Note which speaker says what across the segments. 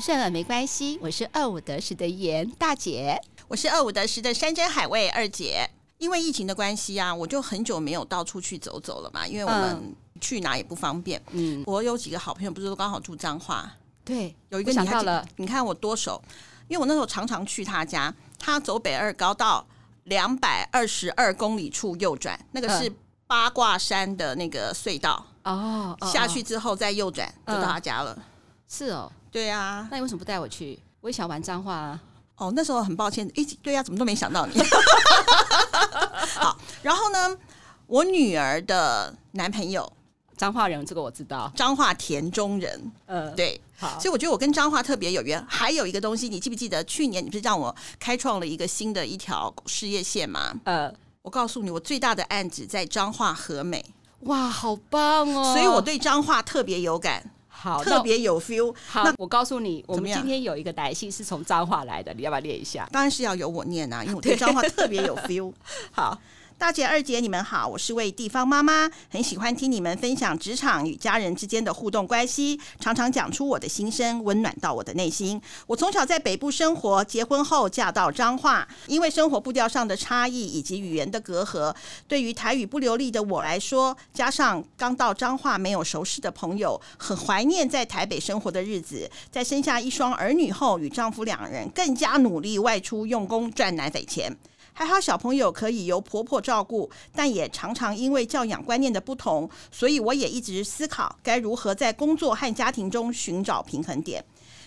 Speaker 1: 顺了没关系，我是二五得十的严大姐。
Speaker 2: 我是二五得十的山珍海味二姐。因为疫情的关系啊，我就很久没有到处去走走了嘛，因为我们去哪也不方便。
Speaker 1: 嗯，
Speaker 2: 我有几个好朋友，不是都刚好住彰化，
Speaker 1: 对，
Speaker 2: 有一个
Speaker 1: 我
Speaker 2: 你
Speaker 1: 想
Speaker 2: 还
Speaker 1: 到
Speaker 2: 记
Speaker 1: 了，
Speaker 2: 你看我多熟，因为我那时候常常去他家，他走北二高到两百二十二公里处右转，
Speaker 1: 嗯
Speaker 2: 那个是八卦山的那个隧道，
Speaker 1: 哦，哦
Speaker 2: 下
Speaker 1: 哦
Speaker 2: 去之后再右转就
Speaker 1: 嗯
Speaker 2: 到他家了。
Speaker 1: 是哦，
Speaker 2: 对啊，
Speaker 1: 那你为什么不带我去？我也想玩脏话啊。
Speaker 2: 哦，那时候很抱歉，诶，对呀、啊，怎么都没想到你。 好，然后呢，我女儿的男朋友
Speaker 1: 脏话人这个我知道，
Speaker 2: 彰化田中人，
Speaker 1: 呃，，
Speaker 2: 对，
Speaker 1: 好，
Speaker 2: 所以我觉得我跟彰化特别有缘。还有一个东西，你记不记得去年你不是让我开创了一个新的一条事业线吗？
Speaker 1: 呃，
Speaker 2: 我告诉你，我最大的案子在彰化和美，
Speaker 1: 哇，好棒哦！
Speaker 2: 所以我对彰化特别有感，
Speaker 1: 好
Speaker 2: 特。别有 feel。
Speaker 1: 那好，我告诉你，我
Speaker 2: 怎么
Speaker 1: 们
Speaker 2: 样
Speaker 1: 今天有一个来信是从彰化来的，你要不要念一下？
Speaker 2: 当然是要由我念啊，因为我对彰化特别有 feel。好，大姐、二姐，你们好，我是位地方妈妈，很喜欢听你们分享职场与家人之间的互动关系，常常讲出我的心声，温暖到我的内心。我从小在北部生活，结婚后嫁到彰化，因为生活步调上的差异以及语言的隔阂，对于台语不流利的我来说，加上刚到彰化没有熟识的朋友，很怀念在台北生活的日子。在生下一双儿女后，与丈夫两人更加努力外出用功赚奶粉钱。还好小朋友可以由婆婆照顾，但也常常因为教养观念的不同，所以我也一直思考该如何在工作和家庭中寻找平衡点。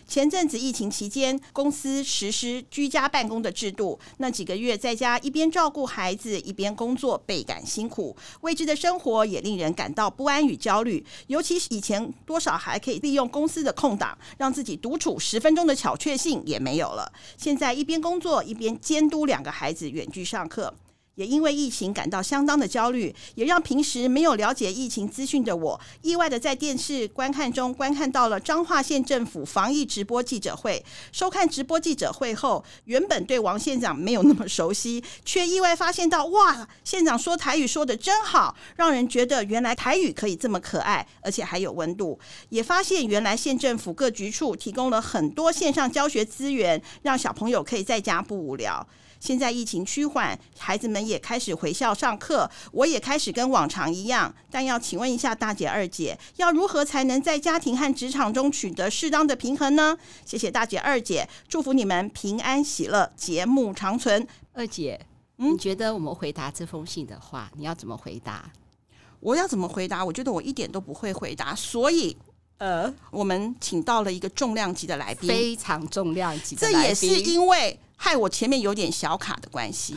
Speaker 2: 前阵子疫情期间，公司实施居家办公的制度，那几个月在家一边照顾孩子一边工作，倍感辛苦。未知的生活也令人感到不安与焦虑，尤其是以前多少还可以利用公司的空档，让自己独处十分钟的小确幸也没有了。现在一边工作一边监督两个孩子远距上课。也因为疫情感到相当的焦虑，也让平时没有了解疫情资讯的我，意外的在电视观看中观看到了彰化县政府防疫直播记者会。收看直播记者会后，原本对王县长没有那么熟悉，却意外发现到哇，县长说台语说的真好，让人觉得原来台语可以这么可爱，而且还有温度。也发现原来县政府各局处提供了很多线上教学资源，让小朋友可以在家不无聊。现在疫情趋缓，孩子们也开始回校上课，我也开始跟往常一样。但要请问一下大姐、二姐，要如何才能在家庭和职场中取得适当的平衡呢？谢谢大姐、二姐，祝福你们平安喜乐，节目长存。
Speaker 1: 二姐，
Speaker 2: 嗯
Speaker 1: 你觉得我们回答这封信的话，你要怎么回答？
Speaker 2: 我要怎么回答？我觉得我一点都不会回答，所以
Speaker 1: 呃，
Speaker 2: 我们请到了一个重量级的来宾，
Speaker 1: 非常重量级的
Speaker 2: 这
Speaker 1: 来
Speaker 2: 也是
Speaker 1: 宾，
Speaker 2: 因为害我前面有点小卡的 关系，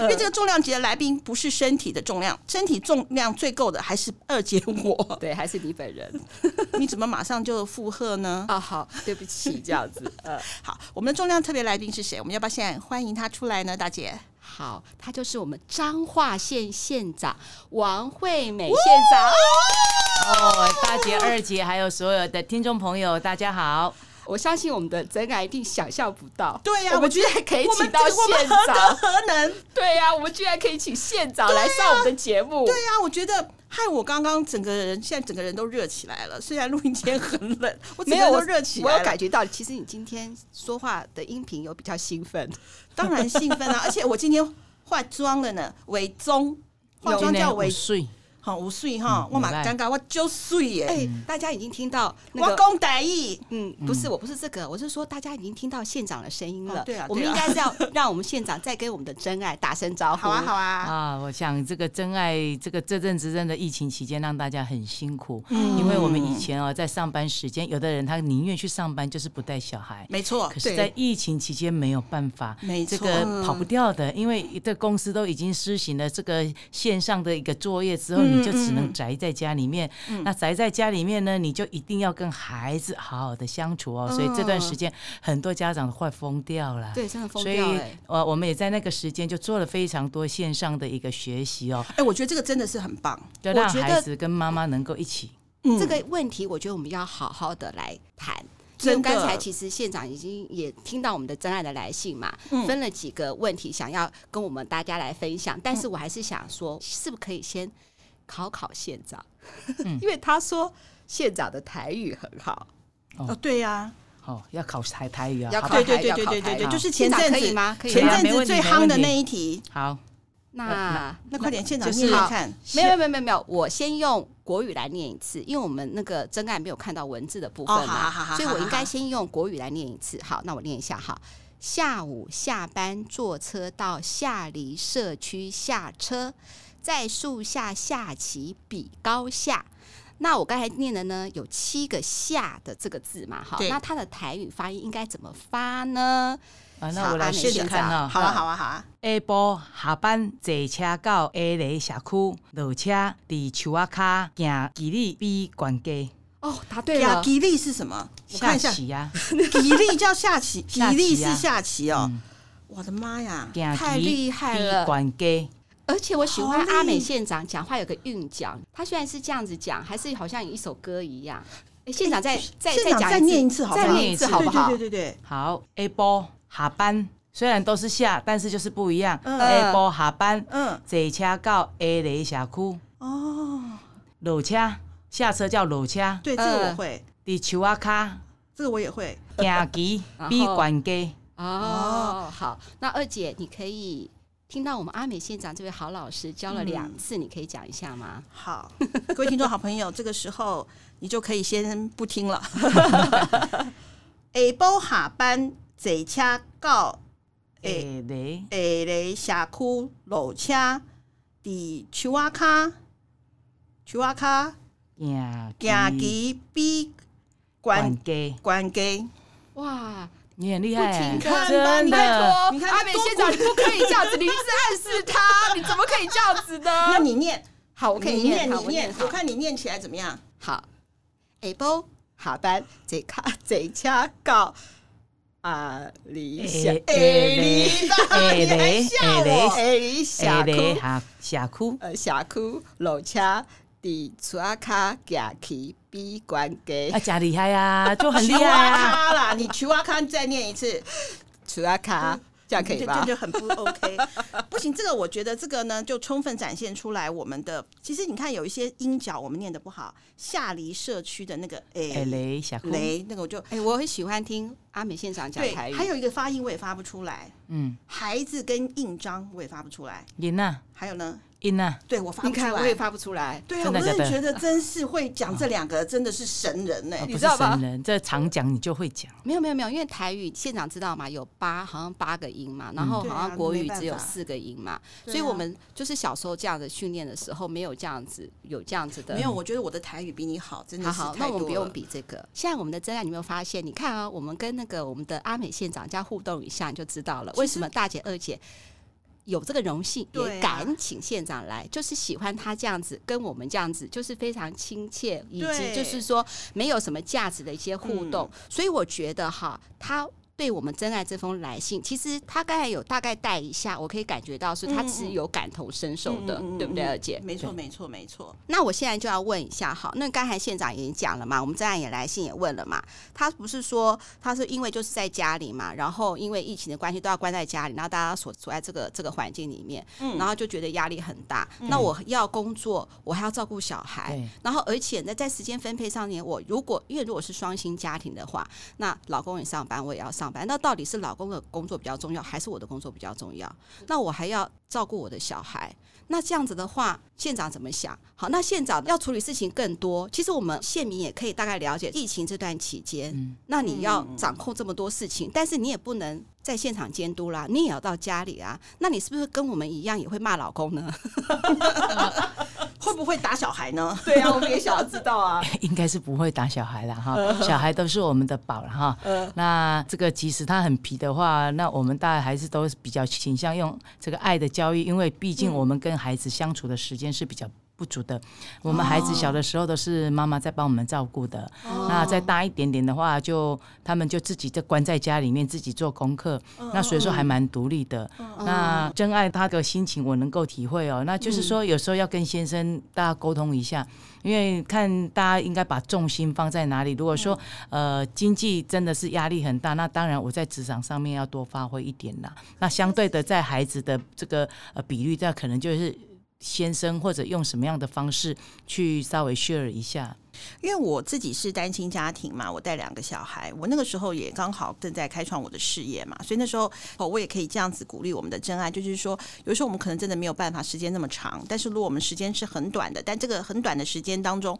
Speaker 2: 因为这个重量级的来宾不是身体的重量，身体重量最够的还是二姐我。
Speaker 1: 对，还是你本 人
Speaker 2: 你怎么马上就附和呢？
Speaker 1: 啊？好，对不起，这样子，呃，
Speaker 2: 好，我们的重量特别来宾是谁？我们要不要现在欢迎他出来呢，大姐？
Speaker 1: 好，他就是我们彰化县县长王惠美县长。
Speaker 3: 哦，大姐、二姐，还有所有的听众朋友，大家好！
Speaker 1: 我相信我们的真爱一定想象不到，
Speaker 2: 对呀
Speaker 1: 我
Speaker 2: 我
Speaker 1: 们居然可以
Speaker 2: 我
Speaker 1: 请
Speaker 2: 们
Speaker 1: 到
Speaker 2: 这个我们
Speaker 1: 县
Speaker 2: 何德
Speaker 1: 长，
Speaker 2: 何能？
Speaker 1: 对呀、我们居然可以请县长来上我们的节目，
Speaker 2: 对呀、我觉得害我刚刚整个人现在整个人都热起来了。虽然录音间很冷，我整
Speaker 1: 没
Speaker 2: 个
Speaker 1: 有
Speaker 2: 人都
Speaker 1: 我
Speaker 2: 热起
Speaker 1: 我
Speaker 2: 来
Speaker 1: 有
Speaker 2: 了
Speaker 1: 感。觉到，其实你今天说话的音频有比较兴奋，
Speaker 2: 当然兴奋啊！而且我今天化妆了呢，伪妆，化妆叫伪
Speaker 3: 睡，
Speaker 2: 好有水哈，
Speaker 3: 嗯
Speaker 2: 我嘛
Speaker 3: 有赖
Speaker 2: 尴尬，我就水
Speaker 1: 哎、
Speaker 2: 耶，
Speaker 1: 大家已经听到那
Speaker 2: 我
Speaker 1: 个。
Speaker 2: 讲台语，
Speaker 1: 嗯，不是，我不是这个，我是说大家已经听到县长的声音了。
Speaker 2: 哦对啊
Speaker 1: 我们
Speaker 2: 对啊
Speaker 1: 应该是要让我们县长再跟我们的真爱打声招呼。
Speaker 2: 好啊好啊，
Speaker 3: 啊，我想这个真爱，这个这阵子真的疫情期间让大家很辛苦，
Speaker 2: 嗯
Speaker 3: 因为我们以前哦在上班时间，有的人他宁愿去上班，就是不带小孩。
Speaker 2: 没错
Speaker 3: 可，是，
Speaker 1: 对
Speaker 3: 在疫情期间没有办法，
Speaker 2: 嗯没
Speaker 3: 这
Speaker 2: 错，
Speaker 3: 个跑不掉的，因为这公司都已经施行了这个线上的一个作业之后，
Speaker 2: 嗯
Speaker 3: 你就只能宅在家里面。那宅在家里面呢，你就一定要跟孩子好好的相处哦。所以这段
Speaker 2: 嗯
Speaker 3: 时间，很多家长快疯掉了。
Speaker 1: 对，真的疯
Speaker 3: 所以
Speaker 1: 掉哎、，
Speaker 3: 呃，我们也在那个时间就做了非常多线上的一个学习哦，
Speaker 2: 哎，我觉得这个真的是很棒，
Speaker 3: 就
Speaker 1: 我
Speaker 3: 让
Speaker 1: 觉得
Speaker 3: 孩子跟妈妈能够一起。
Speaker 2: 嗯
Speaker 1: 这个问题，我觉得我们要好好的来谈。因
Speaker 2: 真
Speaker 1: 为
Speaker 2: 的
Speaker 1: 刚才其实县长已经也听到我们的真爱的来信嘛，
Speaker 2: 嗯
Speaker 1: 分了几个问题想要跟我们大家来分享，但是
Speaker 2: 嗯
Speaker 1: 我还是想说，是不是可以先考考县
Speaker 2: 嗯
Speaker 1: 长？因为他说县长的台语很好，
Speaker 2: 哦，对呀，
Speaker 3: 哦，要考台台语啊，
Speaker 1: 要
Speaker 3: 好
Speaker 1: 考
Speaker 3: 吧
Speaker 2: 对
Speaker 1: 台
Speaker 2: 对对
Speaker 1: 要
Speaker 2: 对
Speaker 1: 考
Speaker 2: 对对
Speaker 1: 台
Speaker 2: 对，
Speaker 3: 好
Speaker 2: 就是
Speaker 1: 现
Speaker 2: 前
Speaker 1: 场
Speaker 2: 阵
Speaker 1: 可以
Speaker 2: 子
Speaker 1: 吗？可以
Speaker 2: 前
Speaker 1: 吗？
Speaker 2: 阵
Speaker 3: 没
Speaker 2: 子
Speaker 3: 问题
Speaker 2: 最
Speaker 3: 没
Speaker 2: 夯
Speaker 3: 问
Speaker 2: 的
Speaker 3: 题
Speaker 2: 那一题，
Speaker 3: 好，
Speaker 1: 那
Speaker 2: 那快点现场
Speaker 3: 就是
Speaker 2: 念念看。
Speaker 1: 没有没有没有没有，我先用国语来念一次，因为我们那个真爱没有看到文字的部分
Speaker 2: 哦好好好好
Speaker 1: 嘛，所以
Speaker 2: 好
Speaker 1: 我
Speaker 2: 好
Speaker 1: 应该
Speaker 2: 好
Speaker 1: 先用国语来念一次。好，那我念一下哈。下午下班坐车到下黎社区下车，在树下下棋比高下。那我刚才念的呢，有七个“下”的这个字嘛，哈
Speaker 2: 对，
Speaker 1: 那它的台语发音应该怎么发呢？
Speaker 3: 啊，
Speaker 1: 好
Speaker 3: 那我来
Speaker 1: 安妮
Speaker 3: 试试
Speaker 1: 先
Speaker 3: 看
Speaker 1: 生
Speaker 3: 啊。
Speaker 2: 好啊好啊好啊，
Speaker 3: 下晡下班坐车到 A 雷社区，落车伫树仔卡行吉利比逛街，
Speaker 1: 哦，答对
Speaker 2: 呀，
Speaker 1: 了，
Speaker 2: 吉利是什么？我看
Speaker 3: 下
Speaker 2: 一下，
Speaker 3: 棋啊，
Speaker 2: 吉利叫下棋，吉
Speaker 3: 下棋啊
Speaker 2: 利是下棋哦
Speaker 3: 嗯。
Speaker 2: 我的妈呀！
Speaker 3: 行
Speaker 1: 太厉害了
Speaker 3: 比逛街，
Speaker 1: 而且我喜欢
Speaker 2: 好厉
Speaker 1: 阿美县长讲话有个韵脚，他虽然是这样子讲，还是好像有一首歌一样。
Speaker 2: 哎
Speaker 1: 诶县长再再
Speaker 2: 现场
Speaker 1: 讲
Speaker 2: 再
Speaker 1: 一次
Speaker 2: 念一次好不好？
Speaker 1: 再念一次好不好
Speaker 2: 对？对对对
Speaker 3: 好，下晡下班虽然都是下，但是就是不一样。
Speaker 2: 嗯
Speaker 3: 下晡下班
Speaker 2: 对，嗯，
Speaker 3: 坐车到 A 雷社区，
Speaker 2: 哦，
Speaker 3: 落车下车叫落车，
Speaker 2: 对，这个我会，
Speaker 3: 伫树仔卡
Speaker 2: 这个我也会。
Speaker 3: 行 吉比逛街。
Speaker 1: 哦，好，那二姐，你可以听到我们阿美县长这位好老师教了两次，你可以讲一下吗？
Speaker 2: 好，各位听众好朋友，这个时候你就可以先不听了。下晡下班坐车到
Speaker 1: 哦
Speaker 2: 诶
Speaker 3: 诶雷
Speaker 2: 下个社区落车，伫树仔卡，树仔卡
Speaker 3: 行
Speaker 2: 行棋比关
Speaker 3: 逛街，
Speaker 2: 关机。
Speaker 1: 哇，
Speaker 3: 你很厉
Speaker 1: 不
Speaker 3: 害
Speaker 1: 停
Speaker 3: 欸，
Speaker 1: 看
Speaker 3: 真
Speaker 1: 班，拜
Speaker 3: 的。
Speaker 1: 托
Speaker 2: 哎你，看
Speaker 1: 阿美县长，你不可以这样子，你一直暗示他，你怎么可以这样子
Speaker 2: 那
Speaker 1: 呢？
Speaker 2: 你念，
Speaker 1: 好，
Speaker 2: 我
Speaker 1: 我可以
Speaker 2: 你念，
Speaker 1: 念，好
Speaker 2: 你
Speaker 1: 我念
Speaker 2: 念，
Speaker 1: 好
Speaker 2: 我看你念起来怎么样？
Speaker 1: 好，下晡下班坐卡坐车到阿里下
Speaker 3: 诶
Speaker 2: 诶
Speaker 3: 诶
Speaker 2: 你
Speaker 3: 诶
Speaker 2: 还
Speaker 3: 雷
Speaker 2: 吓
Speaker 3: 诶雷
Speaker 2: 我
Speaker 1: 阿里
Speaker 3: 诶
Speaker 1: 下
Speaker 3: 雷
Speaker 1: 区
Speaker 3: 下下哭，
Speaker 1: 呃下区落车伫厝卡行去比关街
Speaker 3: 啊，假厉 害啊，就很厉
Speaker 2: 球
Speaker 3: 害
Speaker 2: 蛙
Speaker 3: 啊。
Speaker 2: 咖啦，你球蛙咖再念一次，
Speaker 1: 厝卡，这样可以
Speaker 2: 这
Speaker 1: 吧
Speaker 2: 这？就很不 OK。不行，这个我觉得这个呢，就充分展现出来我们的。其实你看，有一些音角我们念的不好，下离社区的那个
Speaker 3: 诶
Speaker 2: 诶
Speaker 3: 雷下哭，
Speaker 2: 雷那个我就
Speaker 1: 哎、我很喜欢听阿美现场讲
Speaker 2: 对，
Speaker 1: 台语，
Speaker 2: 还有一个发音我也发不出来，
Speaker 3: 嗯，
Speaker 2: 孩子跟印章我也发不出来，
Speaker 3: 赢啊
Speaker 2: 还有呢，
Speaker 3: 赢啊，
Speaker 2: 对我发
Speaker 1: 你
Speaker 2: 不出
Speaker 1: 看我也
Speaker 2: 来。
Speaker 1: 发不出来，
Speaker 2: 对啊，
Speaker 3: 真
Speaker 2: 我
Speaker 3: 的
Speaker 2: 真的
Speaker 3: 假的
Speaker 2: 觉得真是会讲这两个真的是神人欸呢、
Speaker 3: 啊不
Speaker 1: 你
Speaker 3: 是
Speaker 1: 知道吧
Speaker 3: 神人，这常讲你就会讲。
Speaker 1: 没有没有没有，因为台语现场知道嘛，有八好像八个音嘛，然后
Speaker 2: 对啊
Speaker 1: 好像国
Speaker 2: 没
Speaker 1: 语
Speaker 2: 办法
Speaker 1: 只有四个音嘛，
Speaker 2: 对啊
Speaker 1: 所以我们就是小时候这样的训练的时候，没有这样子有这样子的
Speaker 2: 没。有，我觉得我的台语比你好，真的
Speaker 1: 好
Speaker 2: 是
Speaker 1: 好，
Speaker 2: 太
Speaker 1: 那
Speaker 2: 多
Speaker 1: 我
Speaker 2: 了。
Speaker 1: 们不用比这个。现在我们的真爱，你有没有发现？你看啊，我们跟那个我们的阿美县长家互动一下，你就知道了为什么大姐二姐有这个荣幸，
Speaker 2: 对啊
Speaker 1: 也敢请县长来，就是喜欢他这样子，跟我们这样子，就是非常亲切，以
Speaker 2: 对
Speaker 1: 及就是说没有什么价值的一些互动。所以我觉得哈，他。对我们真爱这封来信，其实他刚才有大概带一下，我可以感觉到是他
Speaker 2: 嗯嗯
Speaker 1: 是有感同身受的，
Speaker 2: 嗯嗯嗯
Speaker 1: 对不对，
Speaker 2: 嗯
Speaker 1: 二姐？
Speaker 2: 没错，没错，没错。
Speaker 1: 那我现在就要问一下，好，那刚才县长也讲了嘛，我们这样也来信也问了嘛，他不是说他是因为就是在家里嘛，然后因为疫情的关系都要关在家里，然后大家所处在这个这个环境里面，
Speaker 2: 嗯
Speaker 1: 然后就觉得压力很大。那我要工作，我还要照顾小孩
Speaker 3: 对，
Speaker 1: 然后而且呢，在时间分配上面，我如果因为如果是双薪家庭的话，那老公也上班，我也要上班，那到底是老公的工作比较重要，还是我的工作比较重要？那我还要照顾我的小孩，那这样子的话，县长怎么想？好，那县长要处理事情更多。其实我们县民也可以大概了解，疫情这段期间，
Speaker 3: 嗯
Speaker 1: 那你要掌控这么多事情，但是你也不能在现场监督啦，你也要到家里啊。那你是不是跟我们一样也会骂老公呢？
Speaker 2: 会不会打小孩呢？
Speaker 1: 对啊，我们也想要知道啊。
Speaker 3: 应该是不会打小孩了哈，小孩都是我们的宝了哈。那这个即使他很皮的话，那我们大概还是都是比较倾向用这个爱的教育，因为毕竟我们跟孩子相处的时间是比较。不足的，我们孩子小的时候都是妈妈在帮我们照顾的。
Speaker 2: 哦
Speaker 3: 那再大一点点的话就，他们就自己就关在家里面自己做功课。
Speaker 2: 嗯
Speaker 3: 那所以说还蛮独立的。
Speaker 1: 哦
Speaker 3: 那真爱他的心情我能够体会哦。那
Speaker 1: 嗯
Speaker 3: 就是说有时候要跟先生大家沟通一下，因为看大家应该把重心放在哪里。如果说、
Speaker 1: 嗯
Speaker 3: 呃经济真的是压力很大，那当然我在职场上面要多发挥一点啦。那相对的，在孩子的这个呃比率，那可能就是。先生或者用什么样的方式去稍微 share 一下？
Speaker 2: 因为我自己是单亲家庭嘛，我带两个小孩，我那个时候也刚好正在开创我的事业嘛，所以那时候哦，我也可以这样子鼓励我们的真爱，就是说，有时候我们可能真的没有办法时间那么长，但是如果我们时间是很短的，但这个很短的时间当中。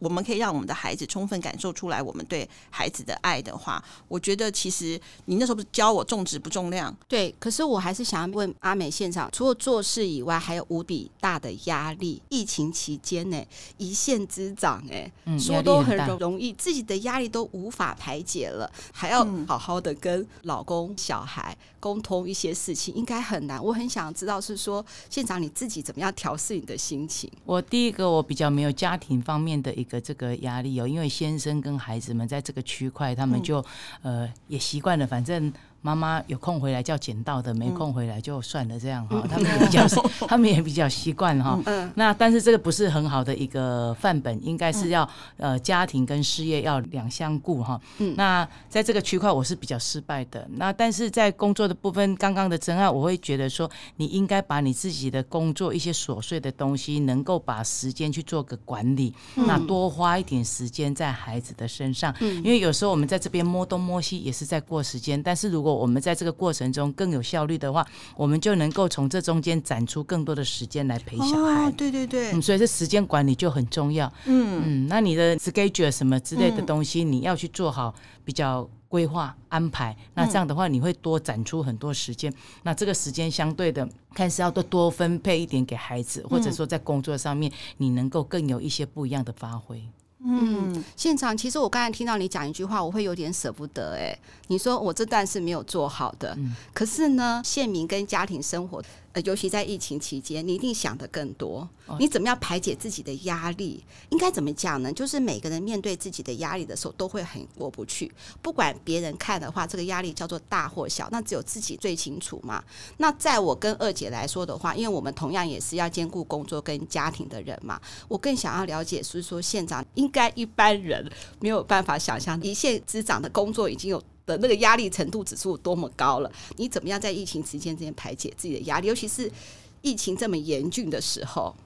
Speaker 2: 我们可以让我们的孩子充分感受出来我们对孩子的爱的话，我觉得其实你那时候不是教我重质不重量，
Speaker 1: 对，可是我还是想要问阿美现场，除了做事以外，还有无比大的压力。疫情期间呢，一线之长哎、
Speaker 3: 嗯
Speaker 1: 说
Speaker 3: 压力
Speaker 1: 都
Speaker 3: 很
Speaker 1: 很
Speaker 3: 大
Speaker 1: 容容易，自己的压力都无法排解了，还要
Speaker 2: 嗯
Speaker 1: 好好的跟老公、小孩沟通一些事情，应该很难。我很想知道是说，县长你自己怎么样调试你的心情？
Speaker 3: 我第一个我比较没有家庭方面的一个这个压力哦，因为先生跟孩子们在这个区块，他们就、呃也习惯了，反正。妈妈有空回来叫捡到的，没空回来就算了这样哈、他们也比较， 他们也比较习惯哈。
Speaker 1: 嗯，
Speaker 3: 那但是这个不是很好的一个范本，应该是要、呃家庭跟事业要两相顾哈。
Speaker 1: 嗯
Speaker 3: 那在这个区块我是比较失败的。那但是在工作的部分，刚刚的真爱，我会觉得说，你应该把你自己的工作一些琐碎的东西，能够把时间去做个管理，
Speaker 1: 嗯
Speaker 3: 那多花一点时间在孩子的身上，因为有时候我们在这边摸东摸西也是在过时间，但是如果我们在这个过程中更有效率的话，我们就能够从这中间攒出更多的时间来陪小孩。
Speaker 2: 哦，对对对，
Speaker 3: 嗯，所以这时间管理就很重要。
Speaker 2: 嗯
Speaker 3: 嗯，那你的 schedule 什么之类的东西，你要去做好比较规划安排。那这样的话，你会多攒出很多时间。那这个时间相对的，看是要多多分配一点给孩子，或者说在工作上面，你能够更有一些不一样的发挥。
Speaker 2: 嗯，
Speaker 1: 县长，其实我刚才听到你讲一句话，我会有点舍不得哎、你说我这段是没有做好的，可是呢，县民跟家庭生活，呃，尤其在疫情期间，你一定想的更多，你怎么样排解自己的压力？应该怎么讲呢？就是每个人面对自己的压力的时候，都会很过不去。不管别人看的话，这个压力叫做大或小，那只有自己最清楚嘛。那在我跟二姐来说的话，因为我们同样也是要兼顾工作跟家庭的人嘛，我更想要了解是说县长应该一般人没有办法想象一线之长的工作已经有。的那个压力程度指数多么高了？你怎么样在疫情期间之间排解自己的压力？尤其是疫情这么严峻的时候，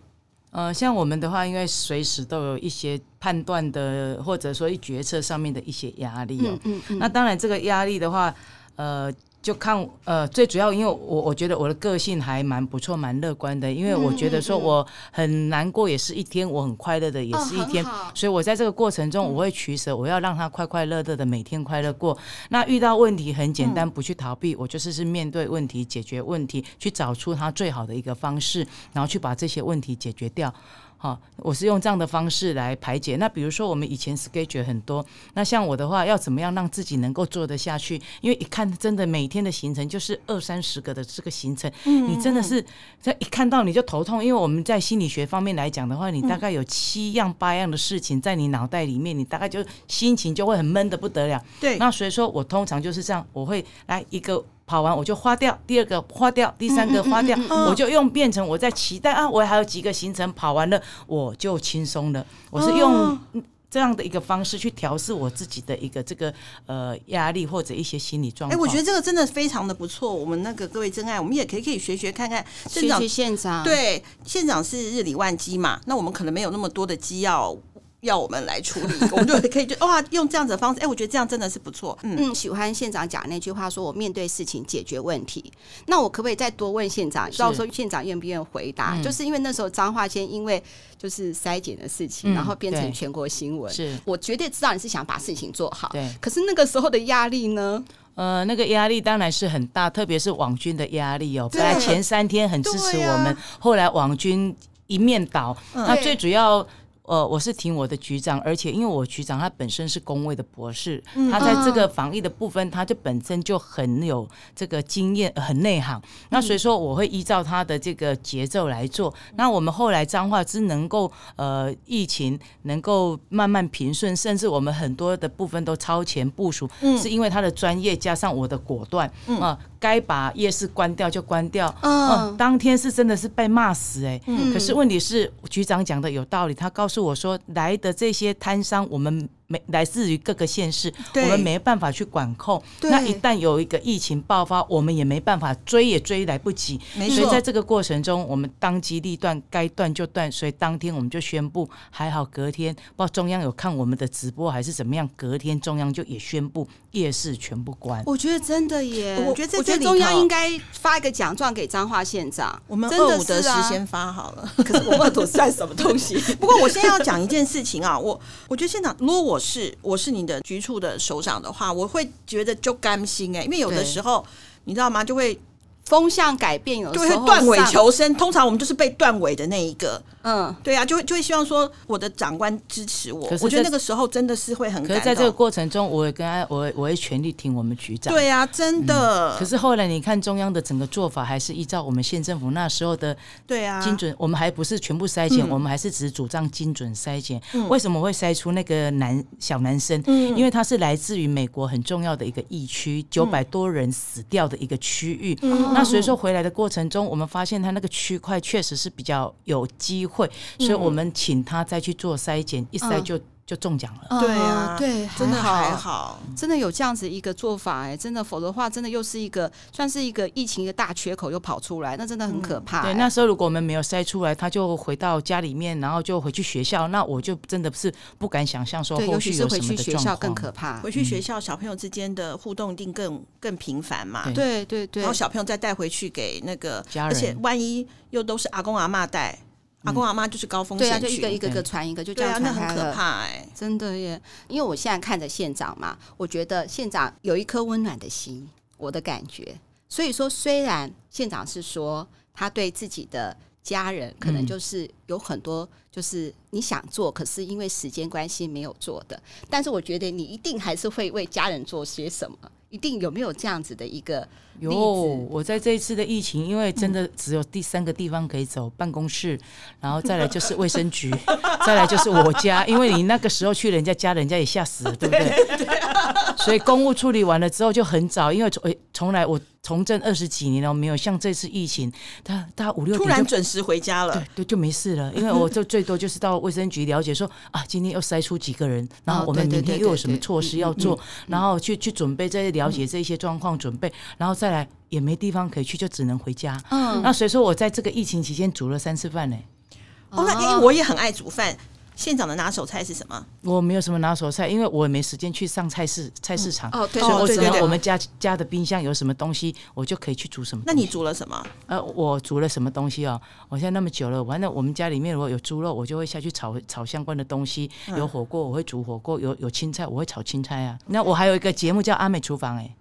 Speaker 3: 呃，像我们的话，因为随时都有一些判断的，或者说一决策上面的一些压力哦。
Speaker 1: 嗯嗯嗯，
Speaker 3: 那当然，这个压力的话，呃，就看呃，最主要，因为我我觉得我的个性还蛮不错，蛮乐观的。因为
Speaker 1: 嗯
Speaker 3: 我觉得说我很难过也是一天，我嗯很快乐的也是一天，
Speaker 1: 哦很好
Speaker 3: 所以我在这个过程中，我会取舍，我要让他快快乐乐的每天快乐过。那遇到问题很简单，不去逃避，我就是是面对问题，解决问题，去找出他最好的一个方式，然后去把这些问题解决掉。好，我是用这样的方式来排解。那比如说，我们以前 schedule 很多，那像我的话，要怎么样让自己能够做得下去？因为一看真的每天的行程就是二三十个的这个行程，
Speaker 2: 嗯
Speaker 3: 你真的是这一看到你就头痛。因为我们在心理学方面来讲的话，你大概有七样八样的事情在你脑袋里面，你大概就心情就会很闷的不得了。
Speaker 2: 对，
Speaker 3: 那所以说我通常就是这样，我会来一个跑完我就花掉，第二个花掉，第三个花掉，
Speaker 2: 嗯
Speaker 3: 我就用变成我在期待啊，我还有几个行程跑完了，我就轻松了。我是用
Speaker 2: 哦
Speaker 3: 这样的一个方式去调试我自己的一个这个呃压力或者一些心理状
Speaker 2: 哎、
Speaker 3: 况。
Speaker 2: 我觉得这个真的非常的不错。我们那个各位真爱，我们也可以可以学学看看。
Speaker 1: 学
Speaker 2: 镇长
Speaker 1: 学县长，
Speaker 2: 对，县长是日理万机嘛，那我们可能没有那么多的机要要我们来处 理，我们就可以就哇用这样子的方式，哎、我觉得这样真的是不错，嗯。
Speaker 1: 嗯，喜欢县长讲那句话，说我面对事情解决问题。那我可不可以再多问县长，知道说县长愿不愿意回答？
Speaker 3: 嗯
Speaker 1: 就是因为那时候彰化县因为就是筛检的事情，
Speaker 3: 嗯
Speaker 1: 然后变
Speaker 3: 对
Speaker 1: 成全国新闻。
Speaker 3: 是
Speaker 1: 我绝对知道你是想把事情做好，
Speaker 3: 对
Speaker 1: 可是那个时候的压力呢？
Speaker 3: 呃，那个压力当然是很大，特别是网军的压力哦。
Speaker 2: 对
Speaker 3: 本来前三天很支持
Speaker 2: 对啊嗯
Speaker 3: 我们，后来网军一面倒。那
Speaker 1: 对
Speaker 3: 最主要，呃，我是挺我的局长，而且因为我局长他本身是工位的博士，
Speaker 2: 嗯
Speaker 3: 他在
Speaker 2: 啊
Speaker 3: 这个防疫的部分，他就本身就很有这个经验，呃很内行。那所以说，我会依照他的这个节奏来做。那我们后来彰化是能够呃疫情能够慢慢平顺，甚至我们很多的部分都超前部署，是因为他的专业加上我的果断啊、该把夜市关掉就关掉。
Speaker 1: 哦
Speaker 3: 嗯，当天是真的是被骂死哎、
Speaker 2: 嗯
Speaker 3: 可是问题是，局长讲的有道理，他告诉我说，来的这些摊商，我们每来自于各个县市，我
Speaker 2: 对
Speaker 3: 们没办法去管控。
Speaker 2: 对
Speaker 3: 那一旦有一个疫情爆发，我们也没办法追，也追来不及。
Speaker 2: 没
Speaker 3: 所以
Speaker 2: 错
Speaker 3: 在这个过程中，我们当机立断，该断就断。所以当天我们就宣布，还好隔天，不知道中央有看我们的直播还是怎么样，隔天中央就也宣布夜市全部关。
Speaker 1: 我觉得真的耶，
Speaker 2: 我觉得在
Speaker 1: 我觉得
Speaker 2: 这里
Speaker 1: 中央
Speaker 2: 头
Speaker 1: 应该发一个奖状给彰化县长。
Speaker 2: 我们
Speaker 1: 真的
Speaker 2: 二五得
Speaker 1: 是
Speaker 2: 十
Speaker 1: 啊
Speaker 2: 先发好了。
Speaker 1: 可 是我们土算什么东西？
Speaker 2: 不过我现在要讲一件事情啊，我我觉得现场，如果我是我是你的局处的首长的话，我会觉得就甘心哎、因为有的
Speaker 1: 对
Speaker 2: 时候你知道吗，就会
Speaker 1: 风向改变有
Speaker 2: 就
Speaker 1: 时候
Speaker 2: 会断尾
Speaker 1: 上，
Speaker 2: 求生。通常我们就是被断尾的那一个，
Speaker 1: 嗯，
Speaker 2: 对啊，就会就会希望说我的长官支持我
Speaker 3: 可。是
Speaker 2: 我觉得
Speaker 3: 在
Speaker 2: 那个时候真的是会很
Speaker 3: 可
Speaker 2: 感动。
Speaker 3: 是在这个过程中，我也跟他，我我会全力挺我们局长。
Speaker 2: 对啊，真的，
Speaker 3: 可是后来你看中央的整个做法，还是依照我们县政府那时候的
Speaker 2: 对啊，
Speaker 3: 精准，我们还不是全部筛检，我们还是只主张精准筛检。为什么会筛出那个男小男生？因为他是来自于美国很重要的一个疫区，九百多人死掉的一个区域。
Speaker 2: 嗯
Speaker 1: 嗯
Speaker 3: 哦那所以说回来的过程中，我们发现他那个区块确实是比较有机会，所以我们请他再去做筛检，一筛就就中奖了。
Speaker 2: 对啊
Speaker 1: 嗯对，
Speaker 2: 真的
Speaker 1: 还
Speaker 2: 还
Speaker 1: 好。
Speaker 2: 好。
Speaker 1: 真的有这样子一个做法哎、真的，否则的话，真的又是一个算是一个疫情一个大缺口又跑出来，那真的
Speaker 2: 嗯
Speaker 1: 很可怕、
Speaker 3: 对，
Speaker 1: 哎
Speaker 3: 那时候如果我们没有筛出来，他就回到家里面，然后就回去学校，那我就真的是不敢想象说
Speaker 1: 对，
Speaker 3: 后
Speaker 1: 尤
Speaker 3: 续
Speaker 1: 其
Speaker 3: 有
Speaker 1: 是
Speaker 3: 什么
Speaker 1: 回
Speaker 3: 的
Speaker 1: 去学校
Speaker 3: 状
Speaker 1: 更
Speaker 3: 况
Speaker 1: 可怕。
Speaker 2: 回去学校，小朋友之间的互动一定更更频繁嘛。
Speaker 3: 对
Speaker 1: 对对对
Speaker 2: 然后，小朋友再带回去给那个
Speaker 3: 家
Speaker 2: 而
Speaker 3: 人
Speaker 2: 且万一又都是阿公阿妈带，阿公阿妈就是高风
Speaker 1: 对啊，
Speaker 2: 险
Speaker 1: 就一个一个
Speaker 2: 群，
Speaker 1: 一个
Speaker 3: 对
Speaker 1: 传一个，就这
Speaker 2: 对
Speaker 1: 样
Speaker 2: 啊，
Speaker 1: 传
Speaker 2: 那
Speaker 1: 开
Speaker 2: 很可
Speaker 1: 了。
Speaker 2: 怕哎。
Speaker 1: 真的耶，因为我现在看着县长嘛，我觉得县长有一颗温暖的心，我的感觉。所以说，虽然县长是说他对自己的家人，可能
Speaker 3: 嗯
Speaker 1: 就是有很多就是你想做，可是因为时间关系没有做的，但是我觉得你一定还是会为家人做些什么，一定有没有这样子的一个
Speaker 3: 有，
Speaker 1: 例子
Speaker 3: 我在这一次的疫情，因为真的只有第三个地方可以走，办公室，然后再来就是卫 生局，再来就是我家，因为你那个时候去人家家，人家也吓死了，对不对？所以公务处理完了之后就很早，因为从诶从来我从政二十几年了，没有像这次疫情，他大概五六
Speaker 2: 突
Speaker 3: 点
Speaker 2: 然
Speaker 3: 就。
Speaker 2: 准时回家了
Speaker 3: 对，对，就没事了，因为我就最多就是到卫生局了解说啊，今天又筛出几个人，然后
Speaker 1: 哦
Speaker 3: 我们
Speaker 1: 对对
Speaker 3: 明天
Speaker 1: 对
Speaker 3: 又有
Speaker 1: 对
Speaker 3: 什么
Speaker 1: 对嗯
Speaker 3: 措施要做，然后去去准备这些了解这些状况，准备，然后再来也没地方可以去，就只能回家。
Speaker 1: 嗯，
Speaker 3: 那所以说我在这个疫情期间煮了三次饭呢，
Speaker 2: 哦，
Speaker 3: 啊
Speaker 2: 那因为我也很爱煮饭。县长的拿手菜是什么？
Speaker 3: 我没有什么拿手菜，因为我也没时间去上菜市菜市场，
Speaker 1: 哦对
Speaker 3: 所以
Speaker 2: 哦
Speaker 3: 我
Speaker 2: 对
Speaker 3: 只
Speaker 2: 对
Speaker 3: 能
Speaker 2: 对
Speaker 3: 我们家家的冰箱有什么东西，我就可以去煮什么东西。
Speaker 2: 那你煮了什么？
Speaker 3: 呃，我煮了什么东西哦？我现在那么久了，完了我们家里面如果有猪肉，我就会下去炒炒相关的东西。有火锅，我会煮火锅；有有青菜，我会炒青菜啊。那我还有一个节目叫《阿美厨房》哎，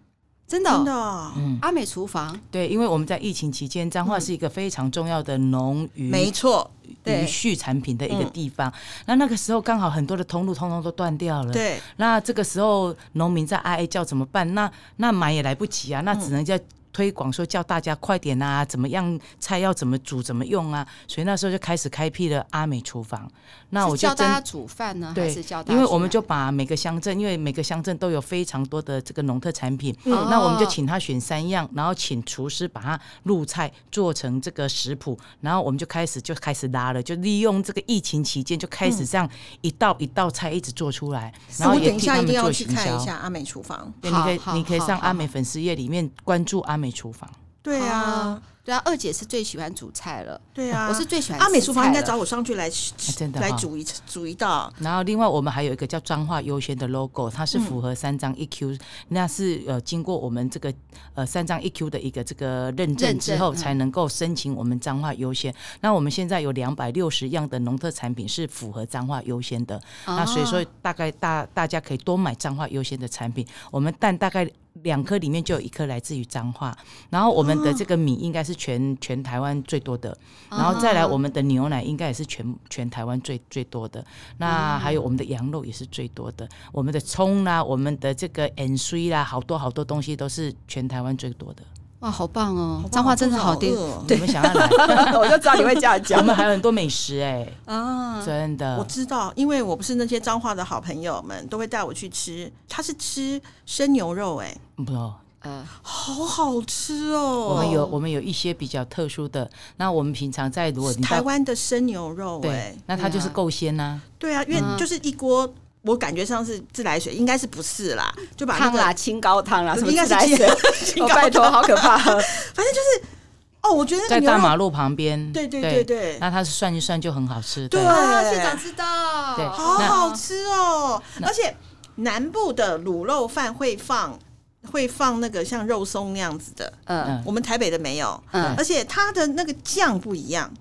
Speaker 1: 真的哦、
Speaker 2: 真的哦，
Speaker 3: 嗯
Speaker 1: 阿美厨房，
Speaker 3: 对，因为我们在疫情期间，彰化是一个非常重要的农渔
Speaker 2: 没错，
Speaker 1: 对
Speaker 3: 渔畜产品的一个地方。那那个时候刚好很多的通路通通都断掉了，
Speaker 2: 对，
Speaker 3: 那这个时候农民在哀叫怎么办？那那买也来不及啊，那
Speaker 1: 嗯
Speaker 3: 只能叫推广说叫大家快点啊，怎么样菜要怎么煮怎么用啊，所以那时候就开始开辟了阿美厨房。那我
Speaker 1: 是
Speaker 3: 就
Speaker 1: 教
Speaker 3: 真
Speaker 1: 大家煮饭呢，还
Speaker 3: 对
Speaker 1: 是教大家？
Speaker 3: 因为我们就把每个乡镇，因为每个乡镇都有非常多的这个农特产品，
Speaker 1: 嗯
Speaker 3: 那我们就请他选三样，然后请厨师把它入菜做成这个食谱，然后我们就开始就开始拉了，就利用这个疫情期间就开始这样一道一道菜一直做出来，然后
Speaker 2: 我
Speaker 3: 嗯也
Speaker 2: 等一
Speaker 3: 替
Speaker 2: 下
Speaker 3: 他
Speaker 2: 一
Speaker 3: 们
Speaker 2: 定要
Speaker 3: 做
Speaker 2: 去
Speaker 3: 行
Speaker 2: 看一
Speaker 3: 销。
Speaker 2: 下阿美厨房。
Speaker 3: 对，你可以
Speaker 1: 好好
Speaker 3: 你可以上
Speaker 1: 好
Speaker 3: 阿美粉丝页里面关注阿美厨房。
Speaker 2: 对啊
Speaker 1: 哦，对啊，二姐是最喜欢煮菜了。
Speaker 2: 对啊，
Speaker 1: 我是最喜欢
Speaker 2: 阿美
Speaker 1: 吃
Speaker 2: 厨房，应
Speaker 1: 菜
Speaker 2: 该
Speaker 1: 了
Speaker 2: 找我上去来吃吃
Speaker 3: 哎真的
Speaker 2: 来
Speaker 3: 哈
Speaker 2: 煮一煮一道。
Speaker 3: 然后另外我们还有一个叫彰化优先的 logo，它是符
Speaker 1: 嗯
Speaker 3: 合三张 EQ，、那是呃经过我们这个呃三张 EQ 的一个这个认证
Speaker 1: 认
Speaker 3: 之
Speaker 1: 证
Speaker 3: 后，
Speaker 1: 嗯
Speaker 3: 才能够申请我们彰化优先。那我们现在有两百六十样的农特产品是符合彰化优先的，
Speaker 1: 啊
Speaker 2: 哦
Speaker 3: 那所以说大概大大家可以多买彰化优先的产品。我们蛋大概。两颗里面就有一颗来自于彰化，然后我们的这个米应该是全全台湾最多的，
Speaker 2: 哦
Speaker 3: 然后再来我们的牛奶应该也是全全台湾最最多的，那还有我们的羊肉也是最多的，我们的葱啦，我们的这个 N C 啦，好多好多东西都是全台湾最 多的。
Speaker 1: 哇，好棒哦！
Speaker 2: 棒
Speaker 1: 彰化真的好
Speaker 2: 好
Speaker 1: 地
Speaker 2: 饿哦
Speaker 3: 你们 想要来？
Speaker 1: 我就知道你会这样
Speaker 3: 我们还有很多美食哎、
Speaker 1: 啊。
Speaker 3: 真
Speaker 2: 嗯我
Speaker 3: 的。
Speaker 2: 知道，因为我不是那些彰化的好朋友们都会带我去吃，他是吃生牛肉、哎，
Speaker 3: 不，
Speaker 1: 呃，
Speaker 2: 好好吃哦！
Speaker 3: 我们有我们有一些比较特殊的。那我们平常在如果
Speaker 2: 是
Speaker 3: 你到
Speaker 2: 台湾的生牛肉、
Speaker 3: 对嗯
Speaker 2: 哎，，
Speaker 3: 那它就是
Speaker 1: 对啊
Speaker 3: 够鲜呐、
Speaker 2: 对啊，因为就是一锅我感觉上是自来水，应该是不是啦？就把那
Speaker 1: 汤
Speaker 2: 个
Speaker 1: 啦、清高汤啦，什么
Speaker 2: 应该
Speaker 1: 自来
Speaker 2: 是
Speaker 1: 水，
Speaker 2: 清
Speaker 1: 哦，
Speaker 2: 高
Speaker 1: 拜托，
Speaker 2: 汤
Speaker 1: 好可怕！
Speaker 2: 反正就是哦，我觉得那个
Speaker 3: 在
Speaker 2: 牛
Speaker 3: 大
Speaker 2: 肉
Speaker 3: 马路旁边，
Speaker 2: 对对对对
Speaker 3: 那它是涮一涮就很好 吃，
Speaker 2: 对
Speaker 1: 啊县长知道，
Speaker 3: 对
Speaker 2: 好好吃哦，而且南部的卤肉饭会放会放那个像肉松那样子的，
Speaker 1: 嗯
Speaker 3: 嗯
Speaker 2: 我们台北的没有，
Speaker 1: 嗯，
Speaker 2: 而且它的那个酱不一样，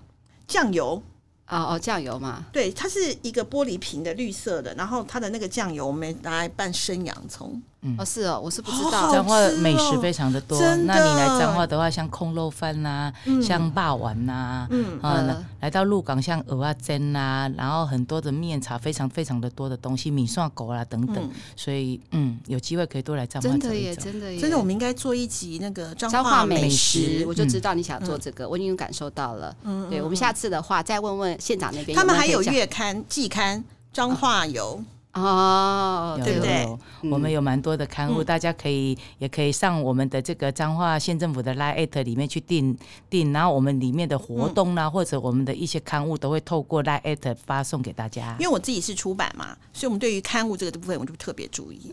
Speaker 2: 酱油。
Speaker 1: 哦哦，酱油嘛，
Speaker 2: 对，它是一个玻璃瓶的绿色的，然后它的那个酱油我们拿来拌生洋葱，
Speaker 1: 哦是哦，我是不知
Speaker 2: 好
Speaker 1: 道
Speaker 2: 好
Speaker 3: 彰化美食非常的多，
Speaker 2: 真的
Speaker 3: 那你来彰化的话，像空肉饭呐、像霸丸呐、
Speaker 2: 嗯
Speaker 3: 啊，
Speaker 1: 嗯
Speaker 3: 来来到鹿港像蚵仔煎啦、然后很多的面茶，非常非常的多的东西，米蒜狗啦、等等，
Speaker 2: 嗯
Speaker 3: 所以嗯，有机会可以多来彰化
Speaker 1: 真的
Speaker 3: 走一
Speaker 1: 耶，
Speaker 3: 走。
Speaker 1: 真的耶，
Speaker 2: 真的，我们应该做一集那个彰
Speaker 1: 彰
Speaker 2: 化
Speaker 1: 化
Speaker 2: 美
Speaker 1: 美
Speaker 2: 食
Speaker 1: 食，，我就知
Speaker 3: 嗯
Speaker 1: 道你想做这个，我已经感受到了。
Speaker 2: 嗯
Speaker 1: 对，我们下次的话再问问县长那边，
Speaker 2: 他们还有
Speaker 1: 有没可以
Speaker 2: 月刊、季刊彰化游，
Speaker 1: 讲哦，
Speaker 3: 有
Speaker 1: 对
Speaker 2: 对不
Speaker 3: 有
Speaker 1: 对
Speaker 2: 对
Speaker 3: 有，我们
Speaker 1: 嗯
Speaker 3: 有蛮多的刊物，
Speaker 2: 嗯
Speaker 3: 大家可以也可以上我们的这个彰化县政府的 Line at 里面去订订，然后我们里面的活动啦，或者我们的一些刊物都会透过 Line at 发送给大家
Speaker 2: 因。为我自己是出版嘛，所以我们对于刊物这个部分我就特别注 意。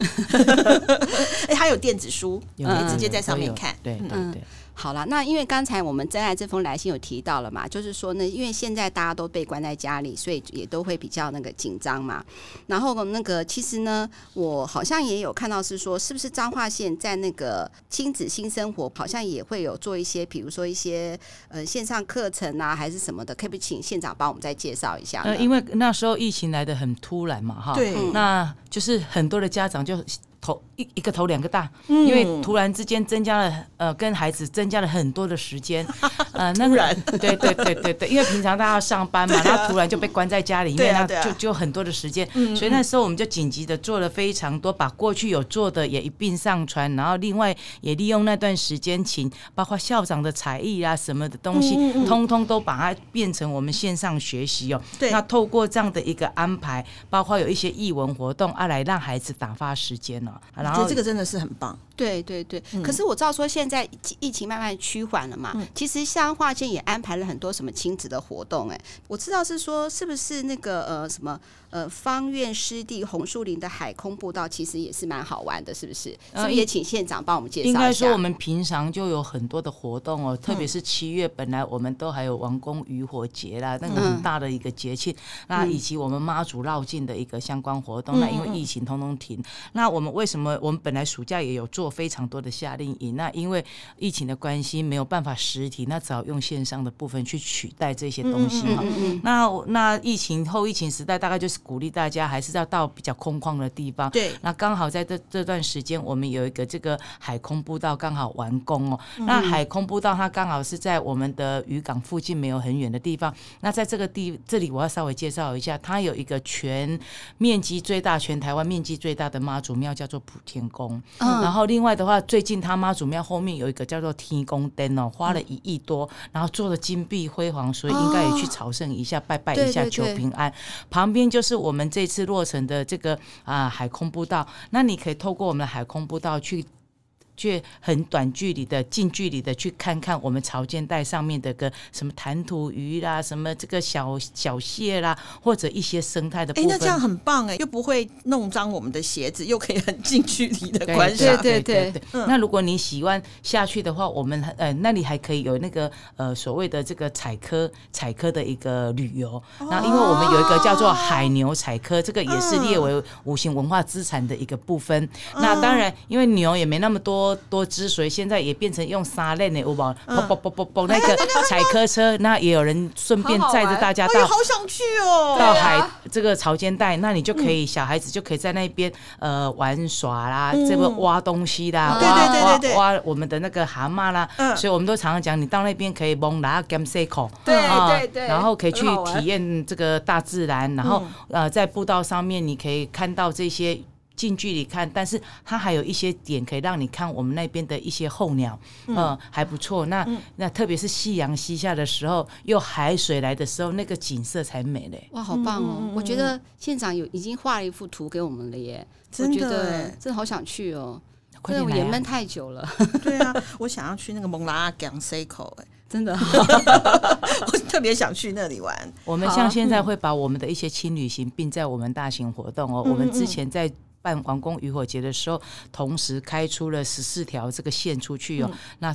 Speaker 2: 哎，还有电子书，
Speaker 3: 有
Speaker 2: 可以
Speaker 3: 有
Speaker 2: 直接
Speaker 3: 有
Speaker 2: 在上
Speaker 3: 都
Speaker 2: 面
Speaker 3: 有
Speaker 2: 看
Speaker 3: 对对
Speaker 1: 嗯
Speaker 3: 对，
Speaker 1: 好了，那因为刚才我们真爱这封来信有提到了嘛，就是说呢，因为现在大家都被关在家里，所以也都会比较那个紧张嘛。然后那个其实呢，我好像也有看到是说，是不是彰化县在那个亲子新生活好像也会有做一些，比如说一些呃线上课程啊，还是什么的，可不可以请县长帮我们再介绍一下呢？
Speaker 3: 呃，因为那时候疫情来的很突然嘛，哈，
Speaker 2: 对
Speaker 1: 嗯
Speaker 3: 那就是很多的家长就头一一个头两个大，
Speaker 2: 嗯
Speaker 3: 因为突然之间增加了呃跟孩子增加了很多的 时间，呃，那
Speaker 2: 突
Speaker 3: 个
Speaker 2: 然啊
Speaker 3: 对对对对对，因为平常大家要上班嘛， 然后突然就被关在家里
Speaker 2: 对
Speaker 3: 面，
Speaker 2: 啊
Speaker 3: 那
Speaker 2: 对啊嗯
Speaker 3: 就就很多的时间，所以那时候我们就紧急的做了非常多，把过去有做的也一并上传，然后另外也利用那段时间，请包括校长的才艺啊什么的东
Speaker 2: 嗯
Speaker 3: 西，通通都把它变成我们线上学习哦。
Speaker 2: 对
Speaker 3: 那透过这样的一个安排，包括有一些艺文活动啊，来让孩子打发时间哦。啊然
Speaker 2: 我觉
Speaker 3: 后
Speaker 2: 得这个真的是很棒。
Speaker 1: 对对对，可是我知道说现在疫疫情慢慢趋缓了嘛，其实像化县也安排了很多什么亲子的活动、哎，我知道是说是不是那个呃什么呃方院湿地红树林的海空步道，其实也是蛮好玩的，是不是？
Speaker 3: 呃
Speaker 1: 是不是也请县长帮我们介绍一
Speaker 3: 应
Speaker 1: 下？
Speaker 3: 该说，我们平常就有很多的活动
Speaker 2: 嗯
Speaker 3: 哦，特别是七月，本来我们都还有王宫渔火节啦，那个
Speaker 2: 嗯
Speaker 3: 很大的一个节庆，那以及我们妈祖绕境的一个相关活动，那因
Speaker 2: 嗯
Speaker 3: 为疫情通通停。那我们为什么我们本来暑假也有做非常多的夏令营？那因为疫情的关系，没有办法实体，那只好用线上的部分去取代这些东
Speaker 2: 嗯
Speaker 3: 西
Speaker 2: 嗯嗯
Speaker 3: 哈。
Speaker 1: 嗯嗯
Speaker 3: 那我那疫情后疫情时代，大概就是鼓励大家还是要到比较空旷的地方。
Speaker 2: 对
Speaker 3: 那刚好在这这段时间，我们有一个这个海空步道刚好完工哦。那海空步道它刚好是在我们的渔港附近没有很远的地方。那在这个地这里，我要稍微介绍一下，它有一个全面积最大、全台湾面积最大的妈祖庙，叫做普天宫。
Speaker 1: 嗯
Speaker 3: 然后另外的话，最近他妈祖庙后面有一个叫做天宫灯
Speaker 1: 嗯
Speaker 3: 哦，花了一亿多，然后做的金碧辉煌，所以应该也去朝圣一下、拜拜一下
Speaker 1: 对对
Speaker 3: 求
Speaker 1: 对
Speaker 3: 平安。旁边就是我们这次落成的这个啊、海空步道，那你可以透过我们的海空步道去。去很短距离的、近距离的去看看我们潮间带上面的个什么弹涂鱼啦、什么这个小小蟹啦，或者一些生态的部
Speaker 2: 哎，
Speaker 3: 分。
Speaker 2: 那这样很棒哎，又不会弄脏我们的鞋子，又可以很近距离的
Speaker 3: 对
Speaker 2: 观
Speaker 3: 对
Speaker 2: 赏。
Speaker 3: 对
Speaker 1: 对
Speaker 3: 对
Speaker 1: 对
Speaker 3: 那如果你喜欢下去的话，我们呃那里还可以有那个呃所谓的这个采科采科的一个旅游。那因为我们有一个叫做海牛采科，这个也是列为五行文化资产的一个部分。那当然，因为牛也没那么多多汁，所以现在也变成用沙链的，有没有啵啵啵啵啵那个采科车，那也有人顺便
Speaker 1: 好好
Speaker 3: 载着
Speaker 1: 玩
Speaker 3: 大家
Speaker 2: 哎呦，
Speaker 3: 到
Speaker 2: 好想去哦！
Speaker 3: 到
Speaker 1: 对啊
Speaker 3: 海这个潮间带，那你就可以小孩子就可以在那边呃玩耍啦，这个挖东西啦，
Speaker 1: 嗯对
Speaker 3: 挖
Speaker 2: 对对
Speaker 3: 挖
Speaker 2: 对对
Speaker 3: 挖我们的那个蛤蟆啦，
Speaker 2: 嗯
Speaker 3: 所以我们都常常讲，你到那边可以蒙拉 gam s e c o
Speaker 1: 对
Speaker 3: 啊
Speaker 1: 对对
Speaker 3: 然后可以去
Speaker 1: 很好玩嗯
Speaker 3: 体验这个大自然，然后呃在步道上面你可以看到这些。近距离看，但是它还有一些点可以让你看我们那边的一些候鸟，嗯、还不错。那、
Speaker 1: 嗯
Speaker 3: 那特别是夕阳西下的时候，又海水来的时候，那个景色才美嘞。
Speaker 1: 哇，好棒哦！我觉得县长有已经画了一幅图给我们了耶，
Speaker 2: 真的
Speaker 1: 我觉得
Speaker 2: 哎
Speaker 1: 真的好想去哦，
Speaker 3: 快
Speaker 1: 真的
Speaker 3: 点
Speaker 1: 我
Speaker 3: 来、
Speaker 1: 也闷
Speaker 3: 啊！
Speaker 1: 太久了，
Speaker 2: 对啊，我想要去那个蒙拉港 C 口哎，
Speaker 1: 真的。
Speaker 2: 我特特别想去那里玩。
Speaker 3: 我们像现在会把我们的一些轻旅行并在我们大型活动哦，我们之前在。办皇宫渔火节的时候，同时开出了十四条这个线出去哦，那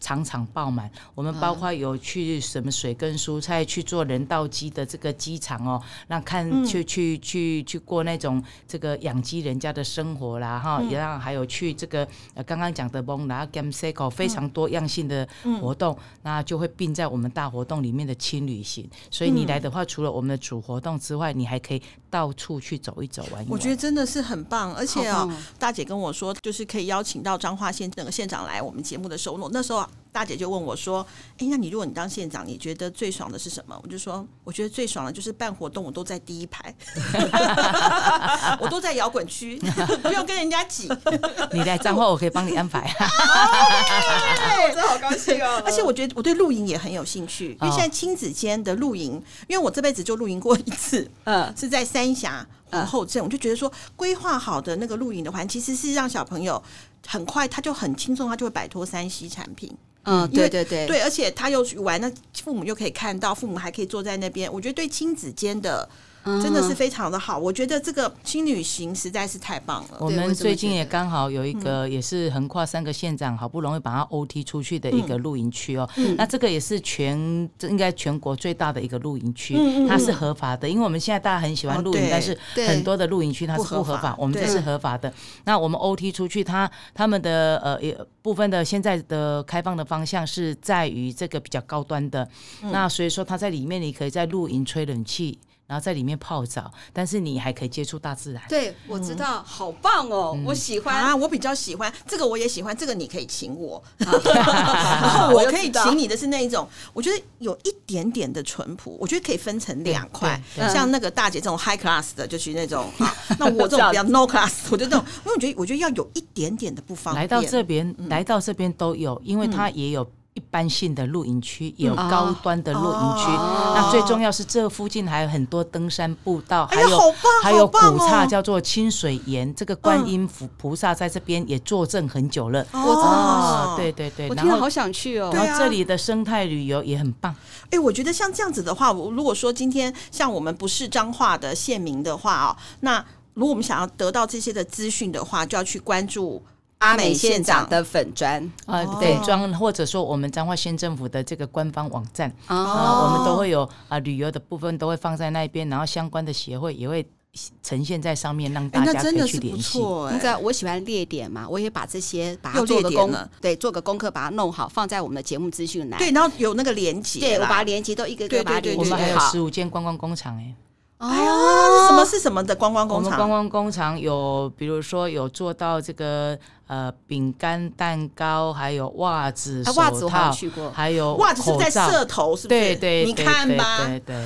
Speaker 3: 场场爆满。我们包括有去什么水跟蔬菜去做人道鸡的这个鸡场哦，那看去去去去过那种这个养鸡人家的生活啦哈，
Speaker 2: 嗯
Speaker 3: 也让还有去这个呃刚刚讲的蒙拉 game cycle
Speaker 2: 嗯
Speaker 3: 非常多样性的活动，那就会并在我们大活动里面的轻旅行。所以你来的
Speaker 2: 嗯
Speaker 3: 话，除了我们的主活动之外，你还可以到处去走一走玩一玩。
Speaker 2: 我觉得真的是很棒，而且啊、
Speaker 1: 好棒哦
Speaker 2: 大姐跟我说，就是可以邀请到彰化县整个县长来我们节目的收录。那时候啊大姐就问我说：“哎，那你如果你当县长，你觉得最爽的是什么？”我就说：“我觉得最爽的就是办活动，我都在第一排，我都在摇滚区， 不用跟人家挤。
Speaker 3: 你来彰化，我可以帮你安排。
Speaker 2: 对，
Speaker 4: 真的好高兴哦！
Speaker 2: 而且我觉得我对露营也很有兴趣，因为
Speaker 3: 哦
Speaker 2: 现在亲子间的露营，因为我这辈子就露营过一次，
Speaker 4: 嗯，
Speaker 2: 是在三峡皇后镇，我就觉得说规划好的那个露营的环，其实是让小朋友很快他就很轻松，他就会摆脱三 C 产品。
Speaker 1: 嗯，
Speaker 2: 因为
Speaker 1: 对对对，
Speaker 2: 对，而且他又去玩，那父母又可以看到，父母还可以坐在那边。我觉得对亲子间的
Speaker 1: 嗯
Speaker 2: 真的是非常的好，我觉得这个轻旅行实在是太棒了。
Speaker 1: 对
Speaker 3: 我
Speaker 1: 我
Speaker 3: 们
Speaker 1: 也这么
Speaker 3: 最近
Speaker 1: 觉
Speaker 3: 也
Speaker 1: 得嗯
Speaker 3: 刚好有一个也是横跨三个县长，好不容易把它 OT 出去的一
Speaker 1: 嗯
Speaker 3: 个露营区哦。那这个也是全这应该全国最大的一个露营区，
Speaker 1: 嗯
Speaker 3: 它是合法的，因为我们现在大家很喜欢露营
Speaker 2: 哦对，
Speaker 3: 但是
Speaker 1: 对
Speaker 3: 很多的露营区它是不
Speaker 2: 不合
Speaker 3: 合
Speaker 2: 法
Speaker 3: 法，我们这是合法的。那我们 OT 出去，它他们的呃也部分的现在的开放的方向是在于这个比较高端的，
Speaker 1: 嗯
Speaker 3: 那所以说它在里面你可以在露营吹冷气。然后在里面泡澡，但是你还可以接触大自然。
Speaker 1: 对，我知道，好棒哦，我喜欢。
Speaker 2: 啊，我比较喜欢这个，我也喜欢这个，你可以请 我，然
Speaker 1: 然
Speaker 2: 后我可以请你的是那一种，我觉得有一点点的淳朴，我觉得可以分成两块，
Speaker 3: 对
Speaker 1: 对
Speaker 2: 像那个大姐这种 high class 的，就是那 种，啊那我这种比较 no class，我就这种，因为我觉得我觉得要有一点点的不方便，嗯
Speaker 3: 来到这边，来到这边都有，因为它也有一般性的露营区，也有
Speaker 1: 嗯
Speaker 3: 高端的露营区。
Speaker 1: 哦
Speaker 3: 那最重要是这附近还有很多登山步道，
Speaker 2: 哎
Speaker 3: 还
Speaker 2: 呀，
Speaker 3: 有
Speaker 2: 好棒，
Speaker 3: 还有
Speaker 2: 好
Speaker 3: 古
Speaker 2: 棒
Speaker 3: 刹
Speaker 2: 哦！嗯
Speaker 3: 叫做清水岩，这个观音菩菩萨在这边也坐镇很久了。
Speaker 1: 我真的
Speaker 2: 哦
Speaker 1: 好
Speaker 3: 哦，对对对，
Speaker 1: 我
Speaker 3: 然
Speaker 1: 听了
Speaker 3: 后
Speaker 1: 好想去哦
Speaker 2: 对。
Speaker 3: 然
Speaker 2: 啊
Speaker 3: 后这里的生态旅游也很棒。
Speaker 2: 哎、我觉得像这样子的话，我如果说今天像我们不是彰化的县民的话哦，那如果我们想要得到这些的资讯的话，就要去关注阿
Speaker 1: 阿
Speaker 2: 美
Speaker 1: 美
Speaker 2: 县
Speaker 1: 县
Speaker 2: 长
Speaker 1: 长的粉砖
Speaker 3: 啊
Speaker 2: 哦，
Speaker 3: 对，装或者说我们彰化县政府的这个官方网站，啊，
Speaker 1: 哦
Speaker 3: 我们都会有啊旅游的部分都会放在那边，然后相关的协会也会呈现在上面，让
Speaker 2: 哎、
Speaker 3: 大
Speaker 2: 那
Speaker 3: 家可
Speaker 2: 真的
Speaker 3: 以去
Speaker 2: 是不
Speaker 3: 联系。
Speaker 2: 错哎、
Speaker 1: 那个我喜欢列点嘛，我也把这些把
Speaker 2: 又
Speaker 1: 它做
Speaker 2: 列
Speaker 1: 个
Speaker 2: 点
Speaker 1: 功
Speaker 2: 了，
Speaker 1: 对，做个功课把它弄好，放在我们的节目资讯栏。
Speaker 2: 对，然后有那个连接，
Speaker 1: 对，我把它连接都一个
Speaker 2: 对
Speaker 1: 个把它
Speaker 2: 对
Speaker 1: 连
Speaker 3: 我
Speaker 1: 接
Speaker 3: 们还有
Speaker 1: 好
Speaker 3: 十。五间观光工厂哎、
Speaker 2: 哎呀，是什么是什么的观光
Speaker 3: 哦我
Speaker 2: 工
Speaker 3: 们观
Speaker 2: 厂？
Speaker 3: 光工厂有，比如说有做到这个呃饼干、蛋糕，还有袜子、
Speaker 1: 哎
Speaker 2: 啊
Speaker 3: 手
Speaker 1: 袜子我好像
Speaker 3: 套
Speaker 1: 去过
Speaker 3: 还有
Speaker 2: 哇，只是
Speaker 3: 口
Speaker 2: 在
Speaker 3: 罩
Speaker 2: 社头，是不是？
Speaker 3: 对对，
Speaker 2: 你
Speaker 3: 对
Speaker 2: 看
Speaker 3: 对
Speaker 2: 吧，
Speaker 3: 对对，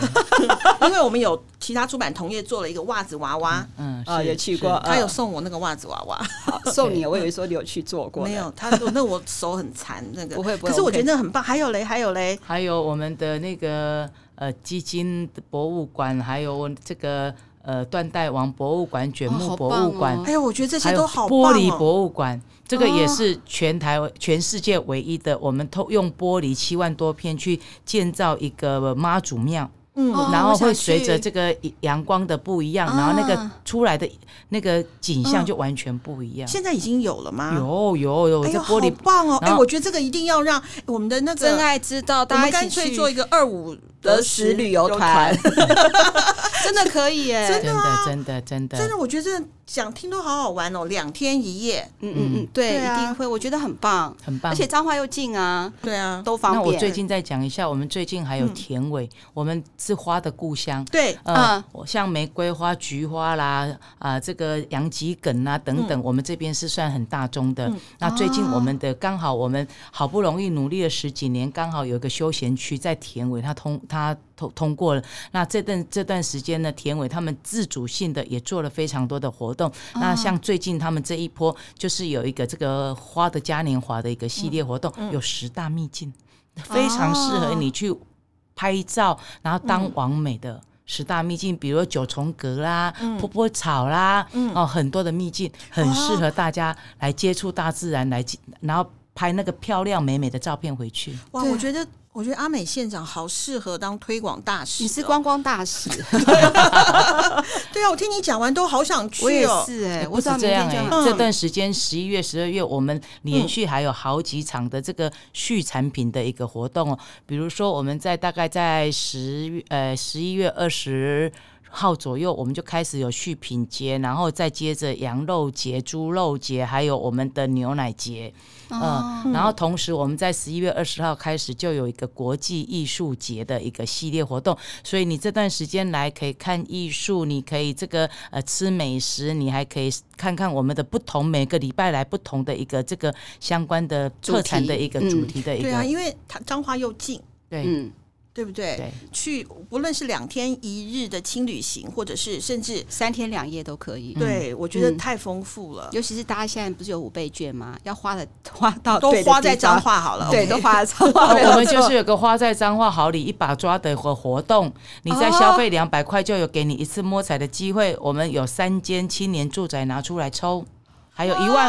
Speaker 2: 因为我们有其他出版同业做了一个袜子娃娃，
Speaker 3: 嗯
Speaker 1: 啊，
Speaker 3: 是
Speaker 1: 有去
Speaker 3: 是
Speaker 1: 过，
Speaker 2: 他哦有送我那个袜子娃娃，
Speaker 1: 有送你，我以为说你有去做过，
Speaker 2: 没有，他说那我手很残，那个
Speaker 1: 不会不会
Speaker 2: 可是我
Speaker 1: 我可
Speaker 2: 觉
Speaker 1: 以
Speaker 2: 得那很棒。还有嘞，还有嘞，
Speaker 3: 还有我们的那个呃基金博物馆，还有这个呃缎带王博物馆、卷
Speaker 1: 哦
Speaker 3: 木
Speaker 1: 好
Speaker 3: 博
Speaker 1: 棒
Speaker 3: 物馆，
Speaker 1: 哦
Speaker 2: 哎呀，我觉得这
Speaker 3: 嗯还
Speaker 2: 些
Speaker 3: 有
Speaker 2: 都好棒
Speaker 3: 玻璃
Speaker 2: 哦。
Speaker 3: 博物馆，这个也是全台、全世界唯一的，我们透用玻璃七万多片去建造一个妈祖庙。
Speaker 2: 嗯
Speaker 1: 哦
Speaker 3: 然
Speaker 1: 我
Speaker 3: 后
Speaker 1: 想
Speaker 3: 会随着
Speaker 1: 去
Speaker 3: 这个阳光的不一样，然后那个
Speaker 1: 啊
Speaker 3: 出来的那个景象
Speaker 2: 嗯
Speaker 3: 就完全不一样。
Speaker 2: 现在已经有了吗？。
Speaker 3: 有有有，
Speaker 2: 哎
Speaker 3: 这
Speaker 2: 呦，
Speaker 3: 玻璃
Speaker 2: 好棒哦！
Speaker 3: 然
Speaker 2: 哎，
Speaker 3: 后
Speaker 2: 我觉得这个一定要让我们的那
Speaker 1: 真
Speaker 2: 个，
Speaker 1: 爱知道，
Speaker 2: 我
Speaker 1: 大
Speaker 2: 们
Speaker 1: 家一
Speaker 2: 干
Speaker 1: 起
Speaker 2: 脆
Speaker 1: 去
Speaker 2: 做一个二五
Speaker 1: 德食旅游团， 真的可以耶！
Speaker 2: 真
Speaker 3: 真的真的真的
Speaker 2: 啊真的，我觉得这讲听都好好玩哦，两天一夜。
Speaker 1: 嗯嗯嗯，对，
Speaker 2: 对啊
Speaker 1: 一定会，我觉得很棒，
Speaker 3: 很棒
Speaker 1: 而。且彰化又近啊，
Speaker 2: 对啊，
Speaker 1: 都方
Speaker 3: 那
Speaker 1: 便。
Speaker 3: 我最近再哦讲一下，我们最近还有
Speaker 2: 嗯
Speaker 3: 田尾，我们是花的故乡。
Speaker 2: 对，
Speaker 3: 呃
Speaker 1: 嗯，
Speaker 3: 我像玫瑰花、菊花啦，啊、这个洋桔梗啊等
Speaker 1: 嗯
Speaker 3: 等，我们这边是算很大宗的。
Speaker 2: 嗯
Speaker 3: 那最近
Speaker 1: 哦
Speaker 3: 我们的刚好，我们好不容易努力了十几年，刚好有一个休闲区在田尾，它通它通通过了。那这段这段时间呢，田尾他们自主性的也做了非常多的活动。那像最近他们这一波，就是有一个这个花的嘉年华的一个系列活动，有十大秘境，非常适合你去拍照，然后当完美的。十大秘境，比如九重阁啦、坡坡草啦，哦，很多的秘境，很适合大家来接触大自然，来然后拍那个漂亮美美的照片回去。
Speaker 2: 哇，
Speaker 1: 对
Speaker 2: 我觉得我觉得阿美县长好适合当推广大使、哦
Speaker 1: 你是观光大使，
Speaker 2: 对啊，我听你讲完都好想去
Speaker 1: 我也
Speaker 2: 哦。
Speaker 1: 是哎、
Speaker 3: 也
Speaker 1: 我
Speaker 3: 不
Speaker 1: 知
Speaker 3: 是
Speaker 1: 道
Speaker 3: 这
Speaker 1: 明
Speaker 3: 样
Speaker 1: 天就嗯
Speaker 3: 哎、
Speaker 1: 要
Speaker 2: 嗯
Speaker 3: 这段时间十一月、十二月，我们连续还有好几场的这个续产品的一个活动哦。比如说，我们在大概在十呃十一月二十。号左右，我们就开始有续品节，然后再接着羊肉节、猪肉节，还有我们的牛奶节。嗯，然后同时我们在十一月二十号开始就有一个国际艺术节的一个系列活动，所以你这段时间来可以看艺术，你可以这个呃吃美食，你还可以看看我们的不同每个礼拜来不同的一个这个相关的
Speaker 1: 主题
Speaker 3: 特产的一个
Speaker 1: 嗯
Speaker 3: 主题的一个
Speaker 2: 对啊，因为他彰化又近，
Speaker 3: 对
Speaker 1: 嗯，
Speaker 2: 对不对？
Speaker 3: 对
Speaker 2: 去不论是两天一日的轻旅行，或者是甚至
Speaker 1: 三天两夜都可以。
Speaker 2: 对我觉得
Speaker 1: 嗯
Speaker 2: 太丰富了，
Speaker 1: 尤其是大家现在不是有五倍券吗？要花的 花到
Speaker 2: 都
Speaker 1: 对的
Speaker 2: 花
Speaker 1: 地
Speaker 2: 在
Speaker 1: 方
Speaker 2: 彰，化好了。
Speaker 1: 对，
Speaker 2: OK
Speaker 1: 都花在彰化。
Speaker 3: 哦我们就是有个花在彰化好礼一把抓的活活动，你在消费两百块就有给你一次摸彩的机会。我们有三间青年住宅拿出来抽，还有一万
Speaker 2: 啊，我要要，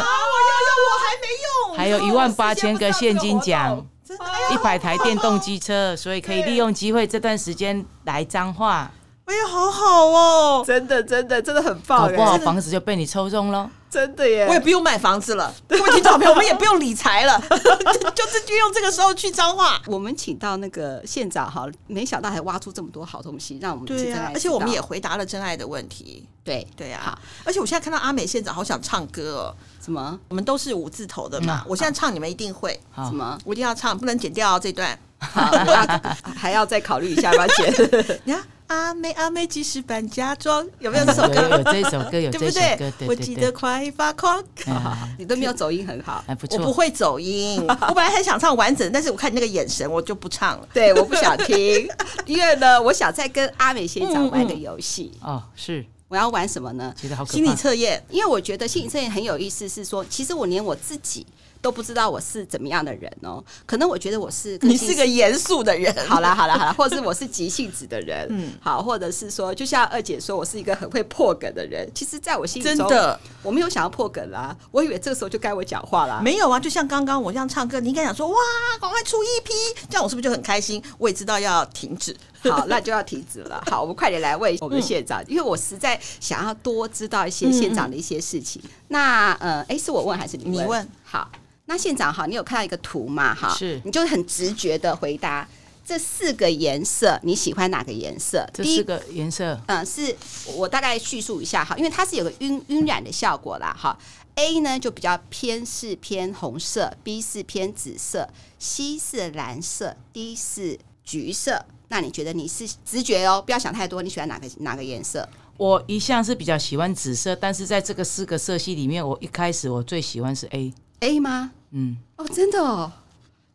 Speaker 2: 我还
Speaker 3: 还
Speaker 2: 没用，
Speaker 3: 有一万八千个现金
Speaker 2: 我
Speaker 3: 奖，
Speaker 2: 时间不到这个活动，真的，哎呀
Speaker 3: 一百台电动机车，所以可以利用机会这段时间来彰化，
Speaker 2: 哎呀，好好哦，
Speaker 4: 真的真的真的很
Speaker 3: 搞
Speaker 4: 棒
Speaker 3: 不好
Speaker 4: 哎，
Speaker 3: 房子就被你抽中喽。
Speaker 4: 真的耶！
Speaker 2: 我也不用买房子 了，各位听众朋友，我们也不用理财了， 就就是运用这个时候去彰化。
Speaker 1: 我们请到那个县长哈，没想到还挖出这么多好东西，让我们
Speaker 2: 对
Speaker 1: 真
Speaker 2: 呀、
Speaker 1: 爱
Speaker 2: 而且
Speaker 1: 知
Speaker 2: 我们
Speaker 1: 道
Speaker 2: 也回答了真爱的问题。
Speaker 1: 对
Speaker 2: 对啊
Speaker 1: 好，
Speaker 2: 而且我现在看到阿美县长好想唱歌哦，
Speaker 1: 什么
Speaker 2: 我们都是五字头的
Speaker 3: 嗯
Speaker 2: 嘛
Speaker 3: 啊，
Speaker 2: 我现在唱你们一定会，
Speaker 3: 好
Speaker 1: 什， 么，
Speaker 2: 我一定要唱，不能剪掉哦这段。
Speaker 1: 好，我要还要再考虑一下吧，姐。
Speaker 2: 你看阿美阿美即是搬家装，有没有这首
Speaker 3: 有有
Speaker 2: 歌？
Speaker 3: 有这首嗯歌，
Speaker 2: 对
Speaker 3: 有这
Speaker 2: 不
Speaker 3: 首
Speaker 2: 对
Speaker 3: 歌，？对
Speaker 2: 我
Speaker 3: 对
Speaker 2: 记
Speaker 3: 对
Speaker 2: 得，快发狂，
Speaker 3: 嗯好好
Speaker 1: 你都没有走音很 好，
Speaker 3: 还不
Speaker 2: 我不
Speaker 3: 错。
Speaker 2: 会走 音，我本来很想唱完整，但是我看你那个眼神，我就不唱了。
Speaker 1: 对，我不想听。第二呢，我想再跟阿美县长玩个游戏，
Speaker 3: 哦，是，
Speaker 1: 我要玩什么呢？
Speaker 3: 觉得好可
Speaker 2: 心理
Speaker 3: 怕。
Speaker 2: 测验，
Speaker 1: 因为我觉得心理测验很有意思，是说其实我连我自己都不知道我是怎么样的人哦，可能我觉得我是个
Speaker 2: 你
Speaker 1: 性
Speaker 2: 是个严肃的人，
Speaker 1: 好啦，好啦，好啦，或者是我是急性子的人，
Speaker 2: 嗯
Speaker 1: 嗯，好，或者是说，就像二姐说，我是一个很会破梗的人。其实，在我心里
Speaker 2: 真
Speaker 1: 中，
Speaker 2: 的
Speaker 1: 我没有想要破梗啦，我以为这个时候就该我讲话啦。
Speaker 2: 没有啊，就像刚刚我这样唱歌，你应该想说哇，赶快出一批，这样我是不是就很开心？我也知道要停止，
Speaker 1: 好，那就要停止了。好，我们快点来问我们的县
Speaker 3: 嗯
Speaker 1: 长，因为我实在想要多知道一些县长的一些事
Speaker 3: 嗯
Speaker 1: 情。那呃，哎，是我问还是你问？
Speaker 2: 你问。
Speaker 1: 好，那县长好，你有看到一个图嘛？哈，
Speaker 3: 是
Speaker 1: 你就很直觉的回答这四个颜色，你喜欢哪个颜色？
Speaker 3: 这
Speaker 1: 第一
Speaker 3: 四个颜色，
Speaker 1: 嗯，是我大概叙述一下哈，因为它是有个晕晕染的效果啦哈。A 呢就比较偏是偏红色，B 是偏紫色，C 是蓝色，D 是橘色。那你觉得你是直觉哦，不要想太多，你喜欢哪个哪个颜色？
Speaker 3: 我一向是比较喜欢紫色，但是在这个四个色系里面，我一开始我最喜欢是 A。
Speaker 1: A 吗？
Speaker 3: 嗯，
Speaker 1: 哦，真的哦，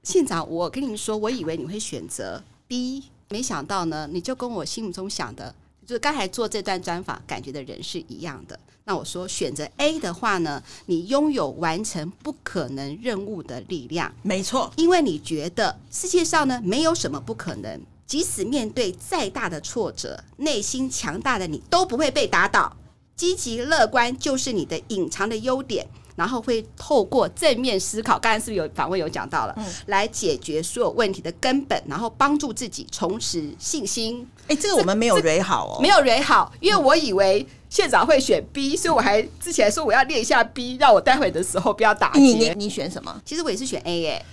Speaker 1: 县长，我跟你说，我以为你会选择 B，没想到呢，你就跟我心目中想的，就是刚才做这段专访感觉的人是一样的。那我说选择 A 的话呢，你拥有完成不可能任务的力量。
Speaker 2: 没错，
Speaker 1: 因为你觉得世界上呢没有什么不可能，即使面对再大的挫折，内心强大的你都不会被打倒。积极乐观就是你的隐藏的优点，然后会透过正面思考，刚才是不是有访问有讲到了，
Speaker 2: 嗯
Speaker 1: 来解决所有问题的根本，然后帮助自己重拾信心。
Speaker 2: 哎，这个我们没有蕊好哦，
Speaker 1: 没有人好，因为我以为县长会选 B，所以我还之前说我要练一下 B，让我待会的时候不要打
Speaker 2: 哎你你
Speaker 1: 结。
Speaker 2: 你选什么？
Speaker 1: 其实我也是选 A 耶、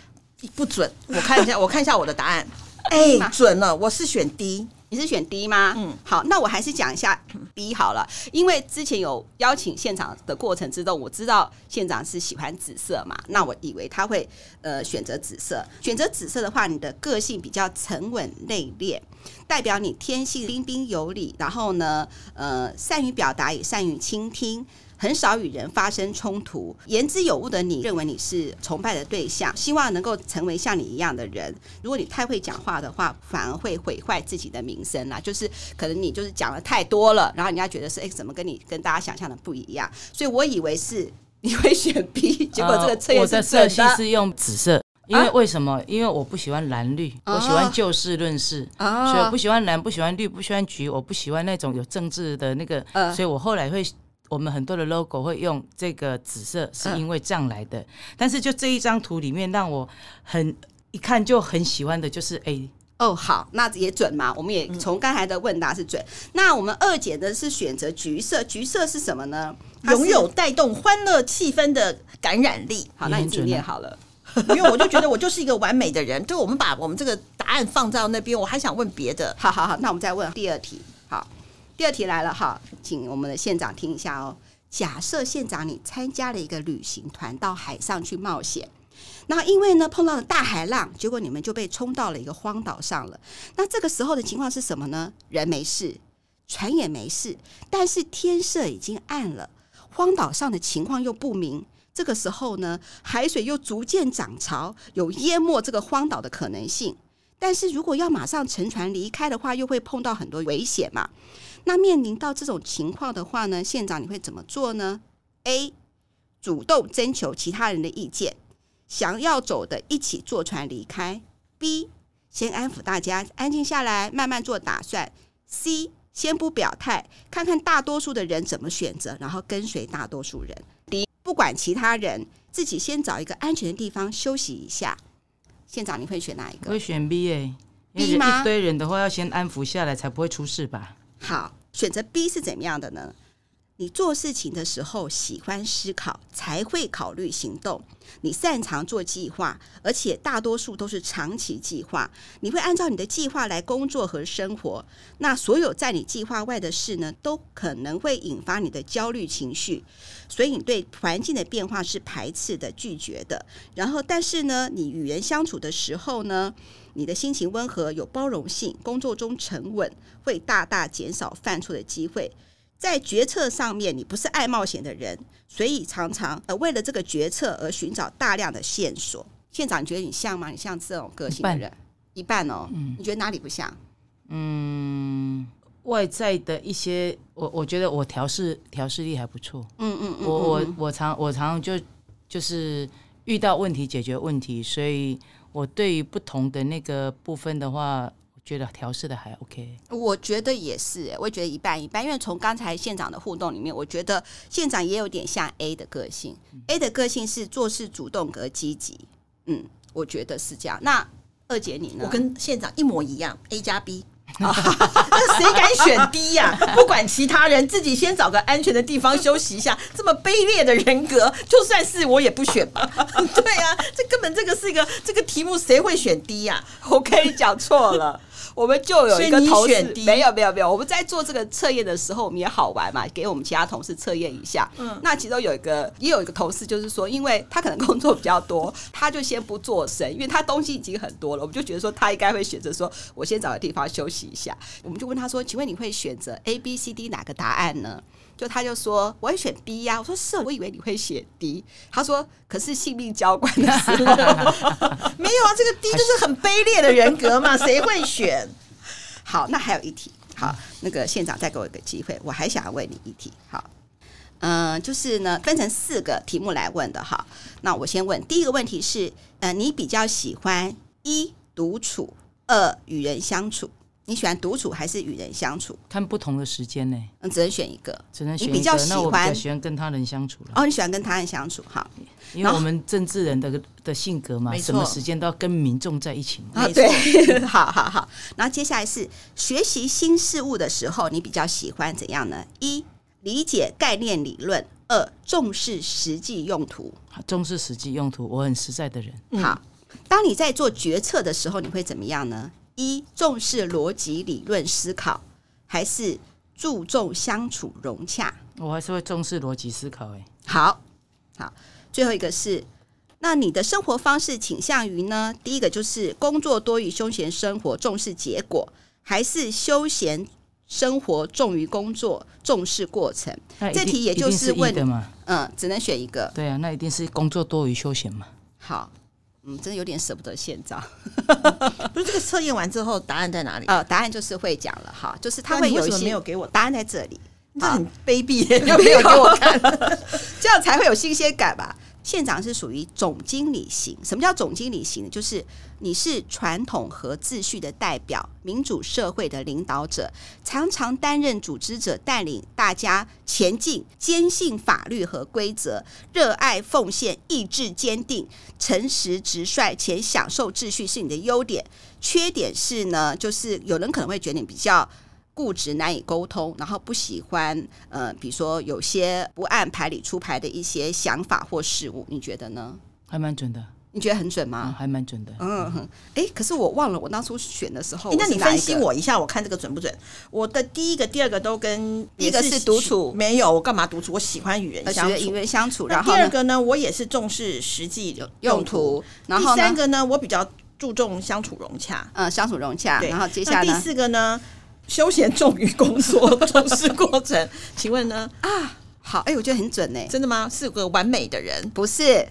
Speaker 2: 不准，我看一 下，我看一下我的答案，哎
Speaker 1: 吗，
Speaker 2: 准了，我是选 D，
Speaker 1: 你是选 D 吗？
Speaker 2: 嗯
Speaker 1: 嗯，好，那我还是讲一下 B 好了，因为之前有邀请现场的过程之中，我知道县长是喜欢紫色嘛，那我以为他会呃选择紫色。选择紫色的话，你的个性比较沉稳内敛，代表你天性彬彬有礼，然后呢，呃，善于表达也善于倾听。很少与人发生冲突，言之有物的你认为你是崇拜的对象，希望能够成为像你一样的人。如果你太会讲话的话，反而会毁坏自己的名声啦。就是可能你就是讲的太多了，然后人家觉得是哎、怎么跟你跟大家想象的不一样？所以我以为是你会选 B，结果这个测
Speaker 3: 呃
Speaker 1: 验
Speaker 3: 我
Speaker 1: 是准
Speaker 3: 的色
Speaker 1: 的
Speaker 3: 系是用紫色，因为为什么？因为我不喜欢蓝绿，
Speaker 1: 哦
Speaker 3: 我喜欢就事论事。所以我
Speaker 1: 啊
Speaker 3: 不。喜欢蓝，不喜欢绿，不喜欢橘，我不喜欢那种有政治的那个，
Speaker 1: 嗯
Speaker 3: 所以我后来会。我们很多的 logo 会用
Speaker 1: 呃
Speaker 3: 这个紫色，是因为这样来的。但是就这一张图里面，让我很一看就很喜欢的，就是哎 A。
Speaker 1: 哦，好，那也准嘛。我们
Speaker 2: 嗯
Speaker 1: 也从刚才的问答是准。那我们二姐呢是选择橘色，橘色是什么呢？它是
Speaker 2: 拥有带动欢乐气氛的感染 力。
Speaker 1: 好，那你
Speaker 3: 也
Speaker 1: 自
Speaker 3: 很
Speaker 1: 己
Speaker 3: 准
Speaker 1: 念
Speaker 3: 啊
Speaker 1: 好了。
Speaker 2: 因为我就觉得我就是一个完美的人，对，我们把我们这个答案放到那边，我还想问别的。
Speaker 1: 好好好，那我们再问第二题。好，第二题来了哈，请我们的县长听一下哦。假设县长你参加了一个旅行团到海上去冒险，那因为呢碰到了大海浪，结果你们就被冲到了一个荒岛上了。那这个时候的情况是什么呢？人没事，船也没事，但是天色已经暗了，荒岛上的情况又不明。这个时候呢，海水又逐渐涨潮，有淹没这个荒岛的可能性。但是如果要马上乘船离开的话，又会碰到很多危险嘛。那面临到这种情况的话呢，县长你会怎么做呢？A. 主动征求其他人的意见，想要走的一起坐船离开。B. 先安抚大家，安静下来，慢慢做打算。C. 先不表态，看看大多数的人怎么选择，然后跟随大多数人。D. 不管其他人，自己先找一个安全的地方休息一下。县长，你会选哪一个
Speaker 3: 我？会选 B 哎、因
Speaker 1: B
Speaker 3: 为人
Speaker 1: 吗
Speaker 3: 一堆人的话，要先安抚下来，才不会出事吧？
Speaker 1: 好，选择 B 是怎么样的呢？你做事情的时候喜欢思考，才会考虑行动。你擅长做计划，而且大多数都是长期计划。你会按照你的计划来工作和生活。那所有在你计划外的事呢，都可能会引发你的焦虑情绪。所以你对环境的变化是排斥的、拒绝的。然后，但是呢，你与人相处的时候呢，你的心情温和，有包容性，工作中沉稳。会大大减少犯错的机会。在决策上面，你不是爱冒险的人，所以常常呃为了这个决策而寻找大量的线索。县长，你觉得你像吗？你像这种个性的人，一半哦。你觉得哪里不像？
Speaker 3: 嗯，外在的一些，我我觉得我调试调试力还不错。
Speaker 1: 嗯嗯嗯，
Speaker 3: 我我
Speaker 1: 嗯
Speaker 3: 我常我常就就是遇到问题解决问题，所以我对于不同的那个部分的话，我觉得调试的还 OK。
Speaker 1: 我觉得也是欸耶，我也觉得一半一半。因为从刚才县长的互动里面，我觉得县长也有点像 A 的个性。A 的个性是做事主动和积极，嗯，我觉得是这样。那二姐你呢？
Speaker 2: 我跟县长一模一样，A 加 B。那谁敢选 D 呀、 不管其他人，自己先找个安全的地方休息一下。 这么卑劣的人格，就算是我也不选吧。 对呀、这根本这个是一个这个题目，谁会选 D 呀、
Speaker 1: 我跟你讲错了，我们就有一个
Speaker 2: 所以你
Speaker 1: 同事
Speaker 2: 选 D
Speaker 1: 没有没有没有，我们在做这个测验的时候，我们也好玩嘛，给我们其他同事测验一下。嗯，那其中有一个也有一个同事，就是说，因为他可能工作比较多， 他就先不做声，因为他东西已经很多了，我们就觉得说他应该会选择说，我先找个地方休息一下。我们就问他说，请问你会选择 A、B、C、D 哪个答案呢？就他就说我会选 B 呀、我说是哦，我以为你会选 D。他说可是性命交关的时候，
Speaker 2: 没有啊，这个 D 就是很卑劣的人格 嘛，谁会选？
Speaker 1: 好，那还有一题，好，那个县长再给我一个机会，我还想要问你一题，好。嗯，就是呢，分成四个题目来问的哈。那我先问第一个问题是，呃，你比较喜欢一独处，二与人相处？你喜欢独处还是与人相处？
Speaker 3: 看不同的时间呢、
Speaker 1: 嗯，只能选一个。
Speaker 3: 只能选一
Speaker 1: 你比较
Speaker 3: 个那我
Speaker 1: 喜
Speaker 3: 比较
Speaker 1: 欢
Speaker 3: 喜欢跟他人相处了，
Speaker 1: 哦，你喜欢跟他人相处，好
Speaker 3: 因
Speaker 1: 然后
Speaker 3: 为我们政治人的的性格嘛，
Speaker 2: 没错
Speaker 3: 什么时间都要跟民众在一起嘛。
Speaker 1: 啊，
Speaker 2: 没错
Speaker 1: 对， 好好好。然后接下来是学习新事物的时候，你比较喜欢怎样呢？一理解概念理论，二重视实际用途。
Speaker 3: 重视实际用途，我很实在的人。
Speaker 1: 好，当你在做决策的时候，你会怎么样呢？一重视逻辑理论思考，还是注重相处融洽？
Speaker 3: 我还是会重视逻辑思考、哎，
Speaker 1: 好，好，最后一个是，那你的生活方式倾向于呢？第一个就是工作多于休闲生活，重视结果，还是休闲生活重于工作，重视过程？
Speaker 3: 那一定
Speaker 1: 这题也就
Speaker 3: 一定
Speaker 1: 是
Speaker 3: 是一
Speaker 1: 问
Speaker 3: 的嘛，
Speaker 1: 嗯，只能选一个。
Speaker 3: 对啊，那一定是工作多于休闲嘛。
Speaker 1: 好，嗯，真的有点舍不得现在。
Speaker 2: 不是这个测验完之后答案在哪里？
Speaker 1: 呃，答案就是会讲了哈，就是他
Speaker 2: 那
Speaker 1: 会
Speaker 2: 你为
Speaker 1: 有一
Speaker 2: 什么
Speaker 1: 些
Speaker 2: 没有给我
Speaker 1: 答案在这里。
Speaker 2: 啊 这很卑鄙耶，
Speaker 1: 又没有给我看，这样才会有新鲜感吧？县长是属于总经理型。什么叫总经理型呢？就是你是传统和秩序的代表，民主社会的领导者，常常担任组织者，带领大家前进，坚信法律和规则，热爱奉献，意志坚定，诚实直率且享受秩序是你的优点。缺点是呢，就是有人可能会觉得你比较。固执难以沟通，然后不喜欢呃，比如说有些不按牌理出牌的一些想法或事物，你觉得呢？
Speaker 3: 还蛮准的，
Speaker 1: 你觉得很准
Speaker 3: 啊，
Speaker 1: 吗？
Speaker 3: 还蛮准的。
Speaker 1: 嗯，哼诶，可是我忘了我当初选的时候，
Speaker 2: 诶那
Speaker 1: 我是
Speaker 2: 你
Speaker 1: 哪一
Speaker 2: 分
Speaker 1: 个
Speaker 2: 析，我一下，我看这个准不准？我的第一个、第二个都跟
Speaker 1: 第一个
Speaker 2: 也
Speaker 1: 是独处
Speaker 2: 没有，我干嘛独处？我喜欢与人
Speaker 1: 呃
Speaker 2: 相
Speaker 1: 学
Speaker 2: 处
Speaker 1: 与。人相处，
Speaker 2: 那
Speaker 1: 然
Speaker 2: 第
Speaker 1: 后
Speaker 2: 二
Speaker 1: 呢
Speaker 2: 个呢，我也是重视实际
Speaker 1: 用
Speaker 2: 途。
Speaker 1: 途，然后
Speaker 2: 第三
Speaker 1: 呢
Speaker 2: 个呢，我比较注重相处融洽。
Speaker 1: 呃相处融洽，
Speaker 2: 对
Speaker 1: 然后接
Speaker 2: 那
Speaker 1: 下来
Speaker 2: 第
Speaker 1: 呢
Speaker 2: 四个呢，休闲重于工作， 重视过程。请问呢？
Speaker 1: 啊好，诶，我觉得很准呢、
Speaker 2: 真的吗？是个完美的人，
Speaker 1: 不 是。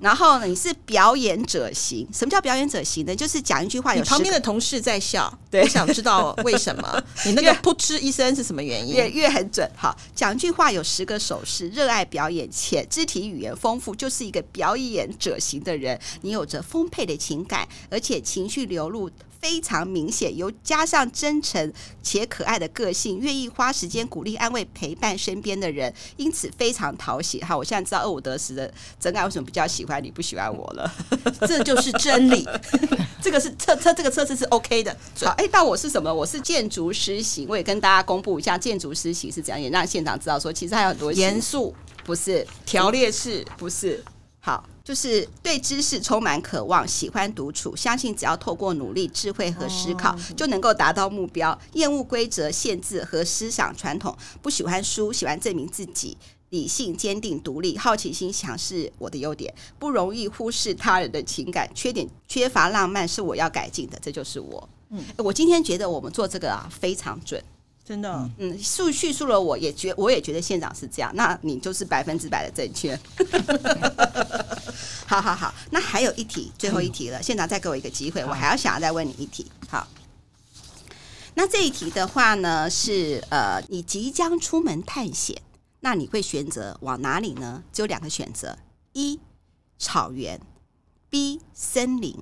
Speaker 1: 然后呢，你是表演者型。什么叫表演者型呢？就是讲一句话
Speaker 2: 你
Speaker 1: 啊有
Speaker 2: 旁
Speaker 1: 十
Speaker 2: 边的同事在笑，
Speaker 1: 对
Speaker 2: 我想知道为什 么？你那个噗嗤一声是什么原
Speaker 1: 越
Speaker 2: 因？
Speaker 1: 越很准。好，讲一句话有十个手势，热爱表演且肢体语言丰富，就是一个表演者型的人。你有着丰沛的情感，而且情绪流露。非常明显，又加上真诚且可爱的个性，愿意花时间鼓励、安慰、陪伴身边的人，因此非常讨喜。好，我现在知道二五得十的真爱为什么比较喜欢你，不喜欢我了。
Speaker 2: 这就是真理。这个是测测这个测试是 OK 的，
Speaker 1: 好，哎、到我是什么？我是建筑师型，我也跟大家公布一下建筑师型是怎样，也让现场知道说，其实还有很多型
Speaker 2: 严肃
Speaker 1: 不是
Speaker 2: 条列式。
Speaker 1: 不是，好，就是对知识充满渴望，喜欢独处，相信只要透过努力、智慧和思考，就能够达到目标。厌恶规则、限制和思想传统，不喜欢输，喜欢证明自己。理性、坚定、独立、好奇心强是我的优点，不容易忽视他人的情感。缺点缺乏浪漫是我要改进的，这就是我。嗯，我今天觉得我们做这个啊非常准。
Speaker 2: 真的哦，
Speaker 1: 嗯，述叙述了我也觉我也觉得县长是这样，那你就是百分之百的正确。 好好好，那还有一题，最后一题了，县长再给我一个机会，我还要想要再问你一题。好，那这一题的话呢，是呃，你即将出门探险，那你会选择往哪里呢？只有两个选择：一草原，B 森林。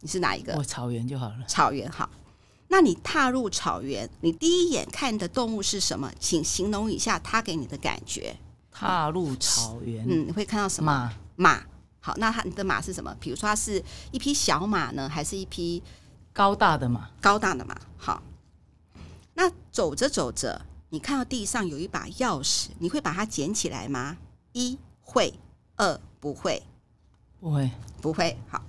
Speaker 1: 你是哪一个？
Speaker 3: 我草原就好了。
Speaker 1: 草原好。那你踏入草原，你第一眼看的动物是什么？请形容一下它给你的感觉。
Speaker 3: 踏入草原，
Speaker 1: 嗯，你会看到什么？
Speaker 3: 马
Speaker 1: 马。好，那它你的马是什么？比如说它是一匹小马呢，还是一匹
Speaker 3: 高大的马，
Speaker 1: 高大的马？好，那走着走着，你看到地上有一把钥匙，你会把它捡起来吗？一会，二不会。
Speaker 3: 不会
Speaker 1: 不会。好，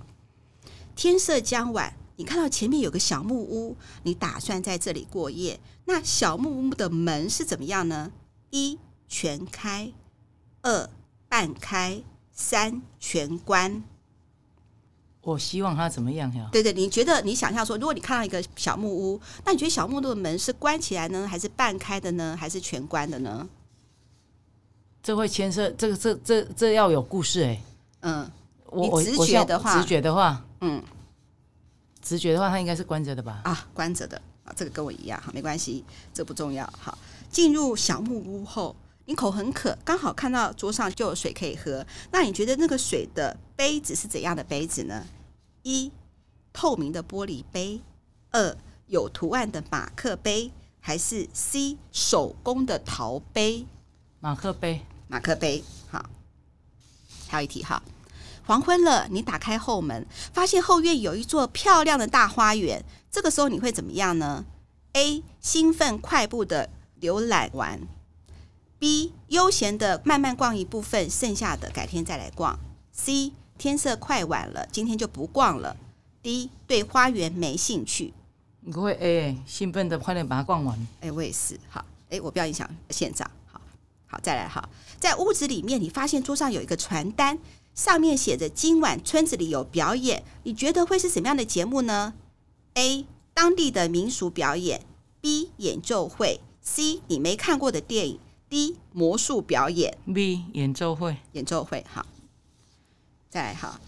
Speaker 1: 天色将晚，你看到前面有个小木屋，你打算在这里过夜。那小木屋的门是怎么样呢？一全开，二半开，三全关。
Speaker 3: 我希望它怎么样呀？
Speaker 1: 对对，你觉得你想象说，如果你看到一个小木屋，那你觉得小木屋的门是关起来呢，还是半开的呢，还是全关的呢？
Speaker 3: 这会牵涉这个这这这要有故事哎、
Speaker 1: 嗯，
Speaker 3: 我
Speaker 1: 你
Speaker 3: 我
Speaker 1: 直
Speaker 3: 我
Speaker 1: 觉
Speaker 3: 像
Speaker 1: 的话
Speaker 3: 直觉的话，
Speaker 1: 嗯，
Speaker 3: 直觉的话，它应该是关着的吧？
Speaker 1: 啊，关着的啊，这个跟我一样哈，没关系，这不重要。好，进入小木屋后，你口很渴，刚好看到桌上就有水可以喝。那你觉得那个水的杯子是怎样的杯子呢？一，透明的玻璃杯；二，有图案的马克杯；还是 C，手工的陶杯？
Speaker 3: 马克杯，
Speaker 1: 马克杯。好，还有一题哈。黄昏了，你打开后门，发现后院有一座漂亮的大花园。这个时候你会怎么样呢？A. 兴奋快步的浏览完；B. 悠闲的慢慢逛一部分，剩下的改天再来逛；C. 天色快晚了，今天就不逛了；D. 对花园没兴趣。
Speaker 3: 你会 A，、欸、兴奋的快点把它逛完。
Speaker 1: 哎，我也是。好，哎，我不要影响现场。好，好，再来。好，在屋子里面，你发现桌上有一个传单，上面写着今晚村子里有表演，你觉得会是什么样的节目呢？A. 当地的民俗表演，B. 演奏会，C. 你没看过的电影，D. 魔术表演。
Speaker 3: B 演奏会，
Speaker 1: 演奏会。好，再来哈。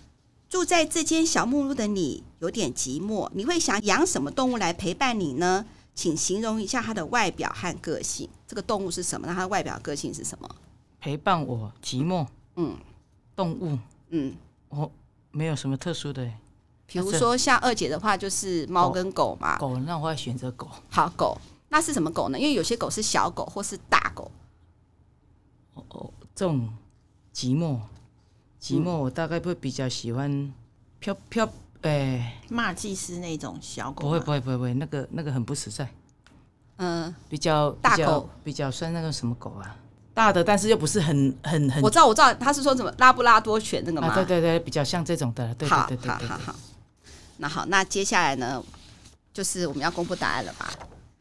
Speaker 1: 住在这间小木屋的你有点寂寞，你会想养什么动物来陪伴你呢？请形容一下它的外表和个性。这个动物是什么？那它的外表个性是什么？
Speaker 3: 陪伴我寂寞。
Speaker 1: 嗯，
Speaker 3: 动物，
Speaker 1: 嗯，
Speaker 3: 我没有什么特殊的欸、
Speaker 1: 比如说像二姐的话，就是猫跟狗嘛。
Speaker 3: 狗，那我会选择狗。
Speaker 1: 好，狗那是什么狗呢？因为有些狗是小狗或是大狗。
Speaker 3: 哦哦，这种寂寞，寂寞，我大概会比较喜欢飘飘，哎、
Speaker 2: 骂祭司那种小狗
Speaker 1: 啊
Speaker 2: 吗，
Speaker 3: 不会不会不会不会，那个那个很不实在，
Speaker 1: 嗯，
Speaker 3: 比较
Speaker 1: 大
Speaker 3: 比较
Speaker 1: 狗
Speaker 3: 比较算那个什么狗啊？大的，但是又不是很很很
Speaker 1: 我知道，我知道，他是说什么拉布拉多犬那个吗？
Speaker 3: 啊，对对对，比较像这种的，对对
Speaker 1: 好
Speaker 3: 对对
Speaker 1: 好
Speaker 3: 对
Speaker 1: 好
Speaker 3: 对
Speaker 1: 好。那好，那接下来呢，就是我们要公布答案了吧？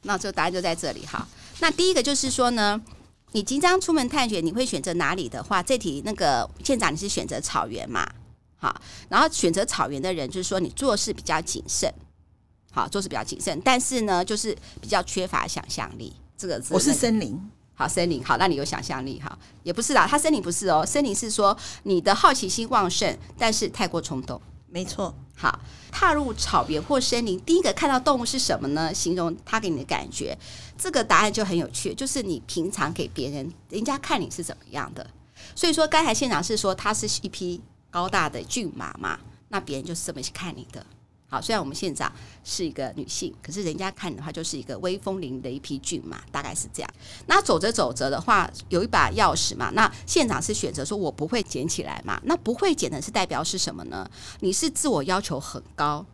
Speaker 1: 那这个答案就在这里哈。那第一个就是说呢，你即将出门探险，你会选择哪里的话，这题那个县长你是选择草原嘛？好，然后选择草原的人就是说你做事比较谨慎，好，做事比较谨慎，但是呢，就是比较缺乏想象力。这个字
Speaker 2: 我是
Speaker 1: 那个
Speaker 2: 森林，
Speaker 1: 好，森林好，那你有想象力哈？也不是啦，他森林不是哦，森林是说你的好奇心旺盛，但是太过冲动。
Speaker 2: 没错，
Speaker 1: 好，踏入草原或森林，第一个看到动物是什么呢？形容它给你的感觉，这个答案就很有趣，就是你平常给别人，人家看你是怎么样的。所以说，刚才现场是说它是一匹高大的骏马嘛，那别人就是这么去看你的。好，虽然我们县长是一个女性，可是人家看你的话，就是一个威风凛凛的一匹骏马，大概是这样。那走着走着的话，有一把钥匙嘛，那县长是选择说我不会捡起来嘛，那不会捡的是代表是什么呢？你是自我要求很高，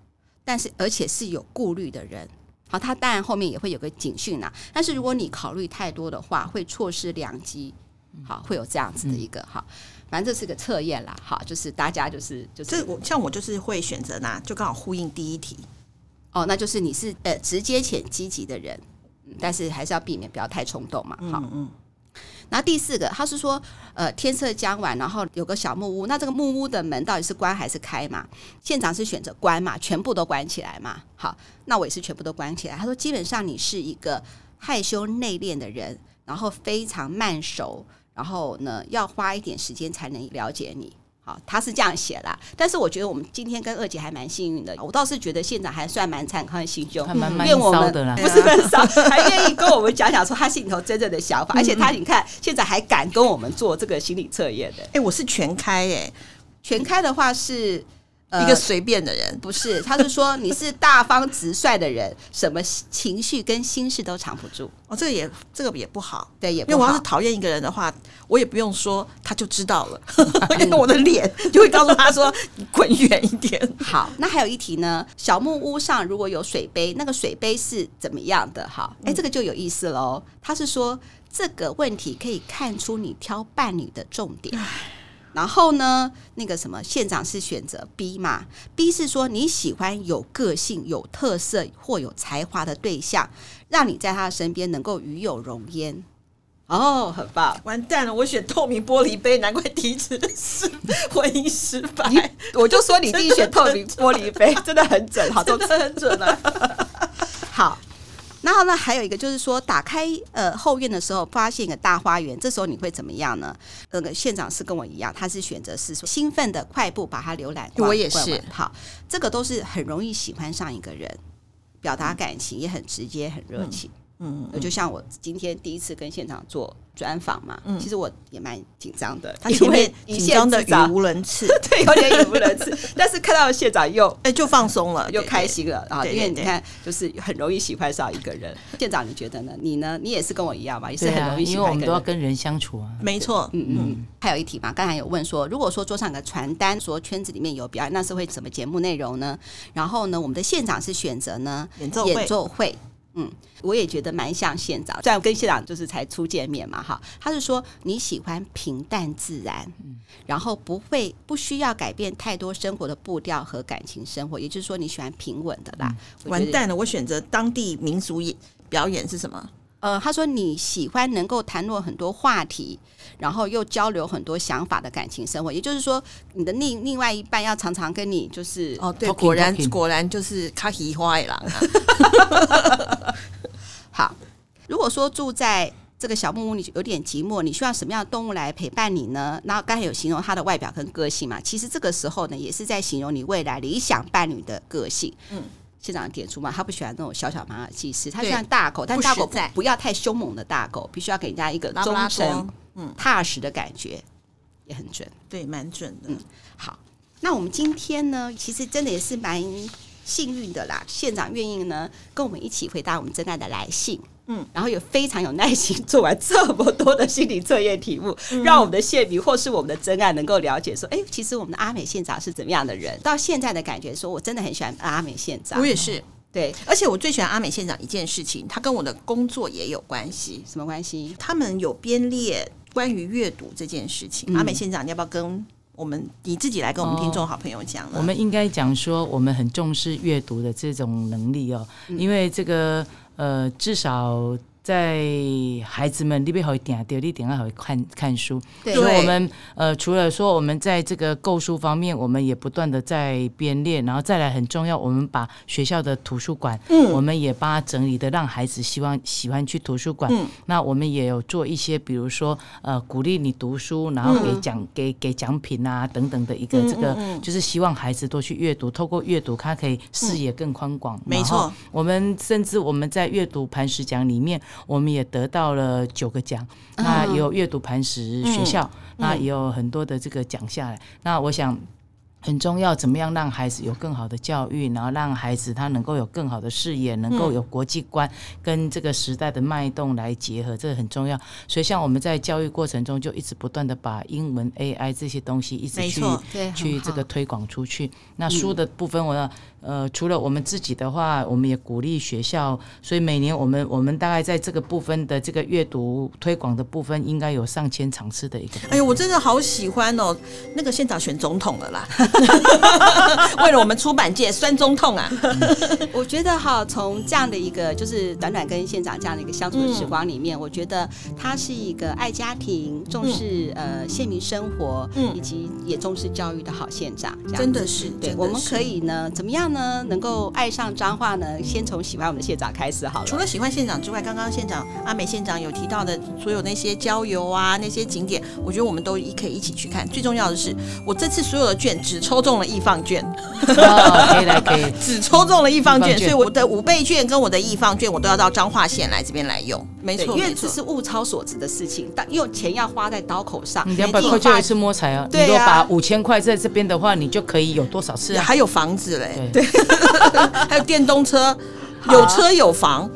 Speaker 1: 但是而且是有顾虑的人。好，他当然后面也会有个警讯啦、但是如果你考虑太多的话，会错失良机。好，会有这样子的一个哈，反正这是个测验啦。好，就是大家就是就是
Speaker 2: 这我像我就是会选择拿，就刚好呼应第一题，
Speaker 1: 哦，那就是你是呃直接且积极的人，嗯但是还是要避免不要太冲动嘛。好，
Speaker 2: 嗯嗯，
Speaker 1: 然后第四个，他是说，呃，天色将晚，然后有个小木屋，那这个木屋的门到底是关还是开嘛？县长是选择关嘛，全部都关起来嘛。好，那我也是全部都关起来。他说，基本上你是一个害羞内敛的人，然后非常慢熟，然后呢，要花一点时间才能了解你。好，他是这样写啦，但是我觉得我们今天跟二姐还蛮幸运的，我倒是觉得县长还算蛮敞开心胸，嗯
Speaker 3: 还蛮蛮
Speaker 1: 愿我
Speaker 3: 骚
Speaker 1: 们
Speaker 3: 的啦。
Speaker 1: 不是很少，还愿意跟我们讲讲说他心里头真正的想 法，而且他你看现在还敢跟我们做这个心理测验
Speaker 3: 嗯
Speaker 1: 的。
Speaker 2: 哎、我是全开哎、
Speaker 1: 全开的话是、呃、
Speaker 2: 一个随便的人，
Speaker 1: 不是，他是说你是大方直率的人，什么情绪跟心事都藏不住，
Speaker 2: 哦，这个也这个也不好，
Speaker 1: 对，也
Speaker 2: 因为
Speaker 1: 不
Speaker 2: 我要
Speaker 1: 好
Speaker 2: 是。讨厌一个人的话，我也不用说，他就知道了， 因为我的脸就会告诉他说：“你滚远一点。
Speaker 1: 好，那还有一题呢，小木屋上如果有水杯，那个水杯是怎么样的？哈，哎、这个就有意思喽。他是说这个问题可以看出你挑伴侣的重点。然后呢，那个什么县长是选择 B 嘛？B 是说你喜欢有个性、有特色或有才华的对象，让你在他的身边能够与有容焉。哦，很棒”！
Speaker 2: 完蛋了，我选透明玻璃杯，难怪提子是婚姻失败，
Speaker 1: 你我就说你一定选透明玻璃杯，真的很准，好，都
Speaker 2: 真的很准啊！
Speaker 1: 好，然后呢，还有一个就是说，打开呃后院的时候，发现一个大花园，这时候你会怎么样呢？那个县长是跟我一样，他是选择是说兴奋的快步把它浏览逛。
Speaker 2: 我也
Speaker 1: 逛完
Speaker 2: 是
Speaker 1: 好，这个都是很容易喜欢上一个人，表达感情也很直接，很热情。
Speaker 2: 嗯，
Speaker 1: 就像我今天第一次跟县长做专访嘛，其实我也蛮紧张的，
Speaker 2: 他
Speaker 1: 因
Speaker 2: 前面
Speaker 1: 为一
Speaker 2: 嗯紧
Speaker 1: 线
Speaker 2: 张的
Speaker 1: 之长
Speaker 2: 语无伦次，
Speaker 1: 对， 有点语无伦次， 但是看到县长又
Speaker 2: 哎，就放松了，
Speaker 1: 又
Speaker 2: 对
Speaker 1: 开。心了啊！
Speaker 2: 对
Speaker 1: 因为
Speaker 2: 对
Speaker 1: 你
Speaker 2: 对
Speaker 1: 看，就是很容易喜欢上一个人。县长，你觉得呢？你呢？你也是跟我一样吧？也是
Speaker 3: 对
Speaker 1: 很
Speaker 3: 啊，
Speaker 1: 容易喜
Speaker 3: 因为我
Speaker 1: 欢一
Speaker 3: 们
Speaker 1: 个
Speaker 3: 都要
Speaker 1: 人。
Speaker 3: 跟人相处啊
Speaker 2: 对。没错，
Speaker 1: 嗯嗯嗯，还有一题嘛，刚才有问说，如果说桌上有个传单，说圈子里面有表演，那是会什么节目内容呢？然后呢，我们的县长是选择呢
Speaker 2: 演奏
Speaker 1: 演
Speaker 2: 会
Speaker 1: 奏会。嗯，我也觉得蛮像县长，虽然跟县长就是才初见面嘛，哈，他是说你喜欢平淡自然，然后不会不需要改变太多生活的步调和感情生活，也就是说你喜欢平稳的啦。我觉
Speaker 2: 完
Speaker 1: 得
Speaker 2: 蛋了，我选择当地民族演表演是什么？
Speaker 1: 呃，他说你喜欢能够谈论很多话题，然后又交流很多想法的感情生活，也就是说，你的另另外一半要常常跟你就是
Speaker 2: 哦，对，
Speaker 3: Talking，
Speaker 2: 果然
Speaker 3: talking
Speaker 2: 果然就是卡奇花野狼啊，
Speaker 1: 好。如果说住在这个小木屋，你有点寂寞，你需要什么样的动物来陪伴你呢？然后刚才有形容它的外表跟个性嘛，其实这个时候呢，也是在形容你未来理想伴侣的个性。嗯。现场点出嘛，他不喜欢那种小小马尔济斯，他喜欢大狗，但
Speaker 2: 不
Speaker 1: 大
Speaker 2: 实
Speaker 1: 狗不
Speaker 2: 在
Speaker 1: 不要太凶猛的大狗，必须要给人家一个
Speaker 2: 拉布
Speaker 1: 忠
Speaker 2: 拉
Speaker 1: 诚
Speaker 2: 多，嗯，
Speaker 1: 踏实的感觉。也很准。
Speaker 2: 对，蛮准的。
Speaker 1: 好，那我们今天呢，其实真的也是蛮幸运的啦。县长愿意呢跟我们一起回答我们真爱的来信，
Speaker 2: 嗯，
Speaker 1: 然后也非常有耐心做完这么多的心理测验题目，
Speaker 2: 嗯
Speaker 1: 让我们的县民或是我们的真爱能够了解说，哎、其实我们的阿美县长是怎么样的人。到现在的感觉说，我真的很喜欢阿美县长
Speaker 2: 我。也是，
Speaker 1: 对，
Speaker 2: 而且我最喜欢阿美县长一件事情，他跟我的工作也有关系。
Speaker 1: 什么关系？
Speaker 2: 他们有编列关于阅读这件事情，阿美县长，你要不要跟我们你自己来跟我们听众好朋友讲呢？
Speaker 3: 哦我们应该讲说，我们很重视阅读的这种能力哦，
Speaker 1: 嗯
Speaker 3: 因为这个呃，至少在孩子们你边好点啊丢，你点要好看看书。
Speaker 1: 对
Speaker 3: 所以我们呃，除了说我们在这个购书方面，我们也不断的在编列，然后再来很重要，我们把学校的图书馆，嗯，我们也把它整理的让孩子希望喜欢去图书馆。
Speaker 2: 嗯
Speaker 3: 那我们也有做一些，比如说呃，鼓励你读书，然后
Speaker 2: 嗯
Speaker 3: 给奖、给给奖品啊等等的一个这个，就是希望孩子多去阅读，透过阅读，他可以视野更宽广。
Speaker 2: 嗯没错
Speaker 3: 然后我们甚至我们在阅读磐石奖里面，我们也得到了九个奖，
Speaker 1: 嗯
Speaker 3: 那也有阅读磐石学校，那也有很多的这个奖下来。那我想。很重要，怎么样让孩子有更好的教育，然后让孩子他能够有更好的视野，能
Speaker 1: 嗯
Speaker 3: 够有国际观，跟这个时代的脉动来结合，这个很重要。所以，像我们在教育过程中，就一直不断的把英文 AI 这些东西一直
Speaker 2: 没
Speaker 3: 去
Speaker 2: 错
Speaker 1: 对
Speaker 3: 去
Speaker 1: 很
Speaker 3: 这
Speaker 1: 好
Speaker 3: 个推广出去。那书的部分，我要呃，除了我们自己的话，我们也鼓励学校，所以每年我们我们大概在这个部分的这个阅读推广的部分，应该有上千场次的一个。
Speaker 2: 哎呦，我真的好喜欢哦！那个县长选总统了啦， 为了我们出版界酸总统啊！
Speaker 1: 我觉得哈，从这样的一个就是短短跟县长这样的一个相处的时光里面，我觉得他是一个爱家庭、重视、呃县民生活，
Speaker 2: 嗯
Speaker 1: 以及也重视教育的好县长，这样
Speaker 2: 真
Speaker 1: 子。
Speaker 2: 的是，
Speaker 1: 对，
Speaker 2: 真的
Speaker 1: 我们
Speaker 2: 是
Speaker 1: 可以呢，怎么样呢？能够爱上彰化呢？先从喜欢我们的县长开始好了。
Speaker 2: 除了喜欢县长之外，刚刚县长阿美县长有提到的所有那些郊游啊，那些景点，我觉得我们都一可以一起去看。最重要的是，我这次所有的券只抽中了易放券，
Speaker 3: 哦，可以来可以。
Speaker 2: 只抽中了易放
Speaker 3: 易
Speaker 2: 券，
Speaker 3: 放
Speaker 2: 所
Speaker 3: 券
Speaker 2: 以我的五倍券跟我的易放券，我都要到彰化县来这边来用。没
Speaker 1: 对，
Speaker 2: 错，
Speaker 1: 因为
Speaker 2: 没
Speaker 1: 这
Speaker 2: 错。
Speaker 1: 是物超所值的事情，但用钱要花在刀口上，
Speaker 3: 你两百
Speaker 1: 没
Speaker 3: 块
Speaker 1: 地
Speaker 3: 就
Speaker 1: 方
Speaker 3: 有一次摸彩啊！你
Speaker 1: 对啊
Speaker 3: 如果把五千块在这边的话，你就可以有多少次啊？
Speaker 2: 还有房子嘞，
Speaker 3: 对，
Speaker 2: 还有电动车，有车有房。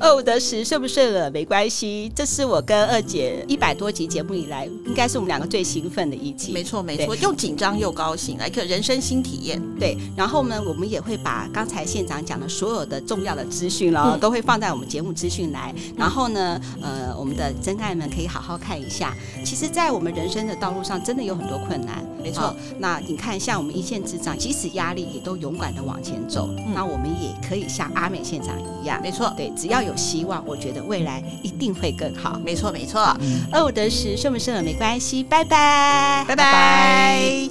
Speaker 1: 二五得十，顺不顺耳没关系。这是我跟二姐一百多集节目以来，应该是我们两个最兴奋的一集。
Speaker 2: 没错，没
Speaker 1: 对
Speaker 2: 错，又紧张又高兴，来个人生新体验。
Speaker 1: 对，然后呢，我们也会把刚才县长讲的所有的重要的资讯咯，
Speaker 2: 嗯
Speaker 1: 都会放在我们节目资讯来。然后呢，呃，我们的真爱们可以好好看一下。其实，在我们人生的道路上，真的有很多困难。
Speaker 2: 没错
Speaker 1: 好那你看，像我们一线之长，即使压力也都勇敢的往前走。那我们也可以像阿美县长一样，
Speaker 2: 嗯没错，
Speaker 1: 对，只要有希望，我觉得未来一定会更好。
Speaker 3: 嗯
Speaker 2: 没错，没错。
Speaker 1: 二五得十，顺不顺耳没关系，拜拜，
Speaker 2: 拜拜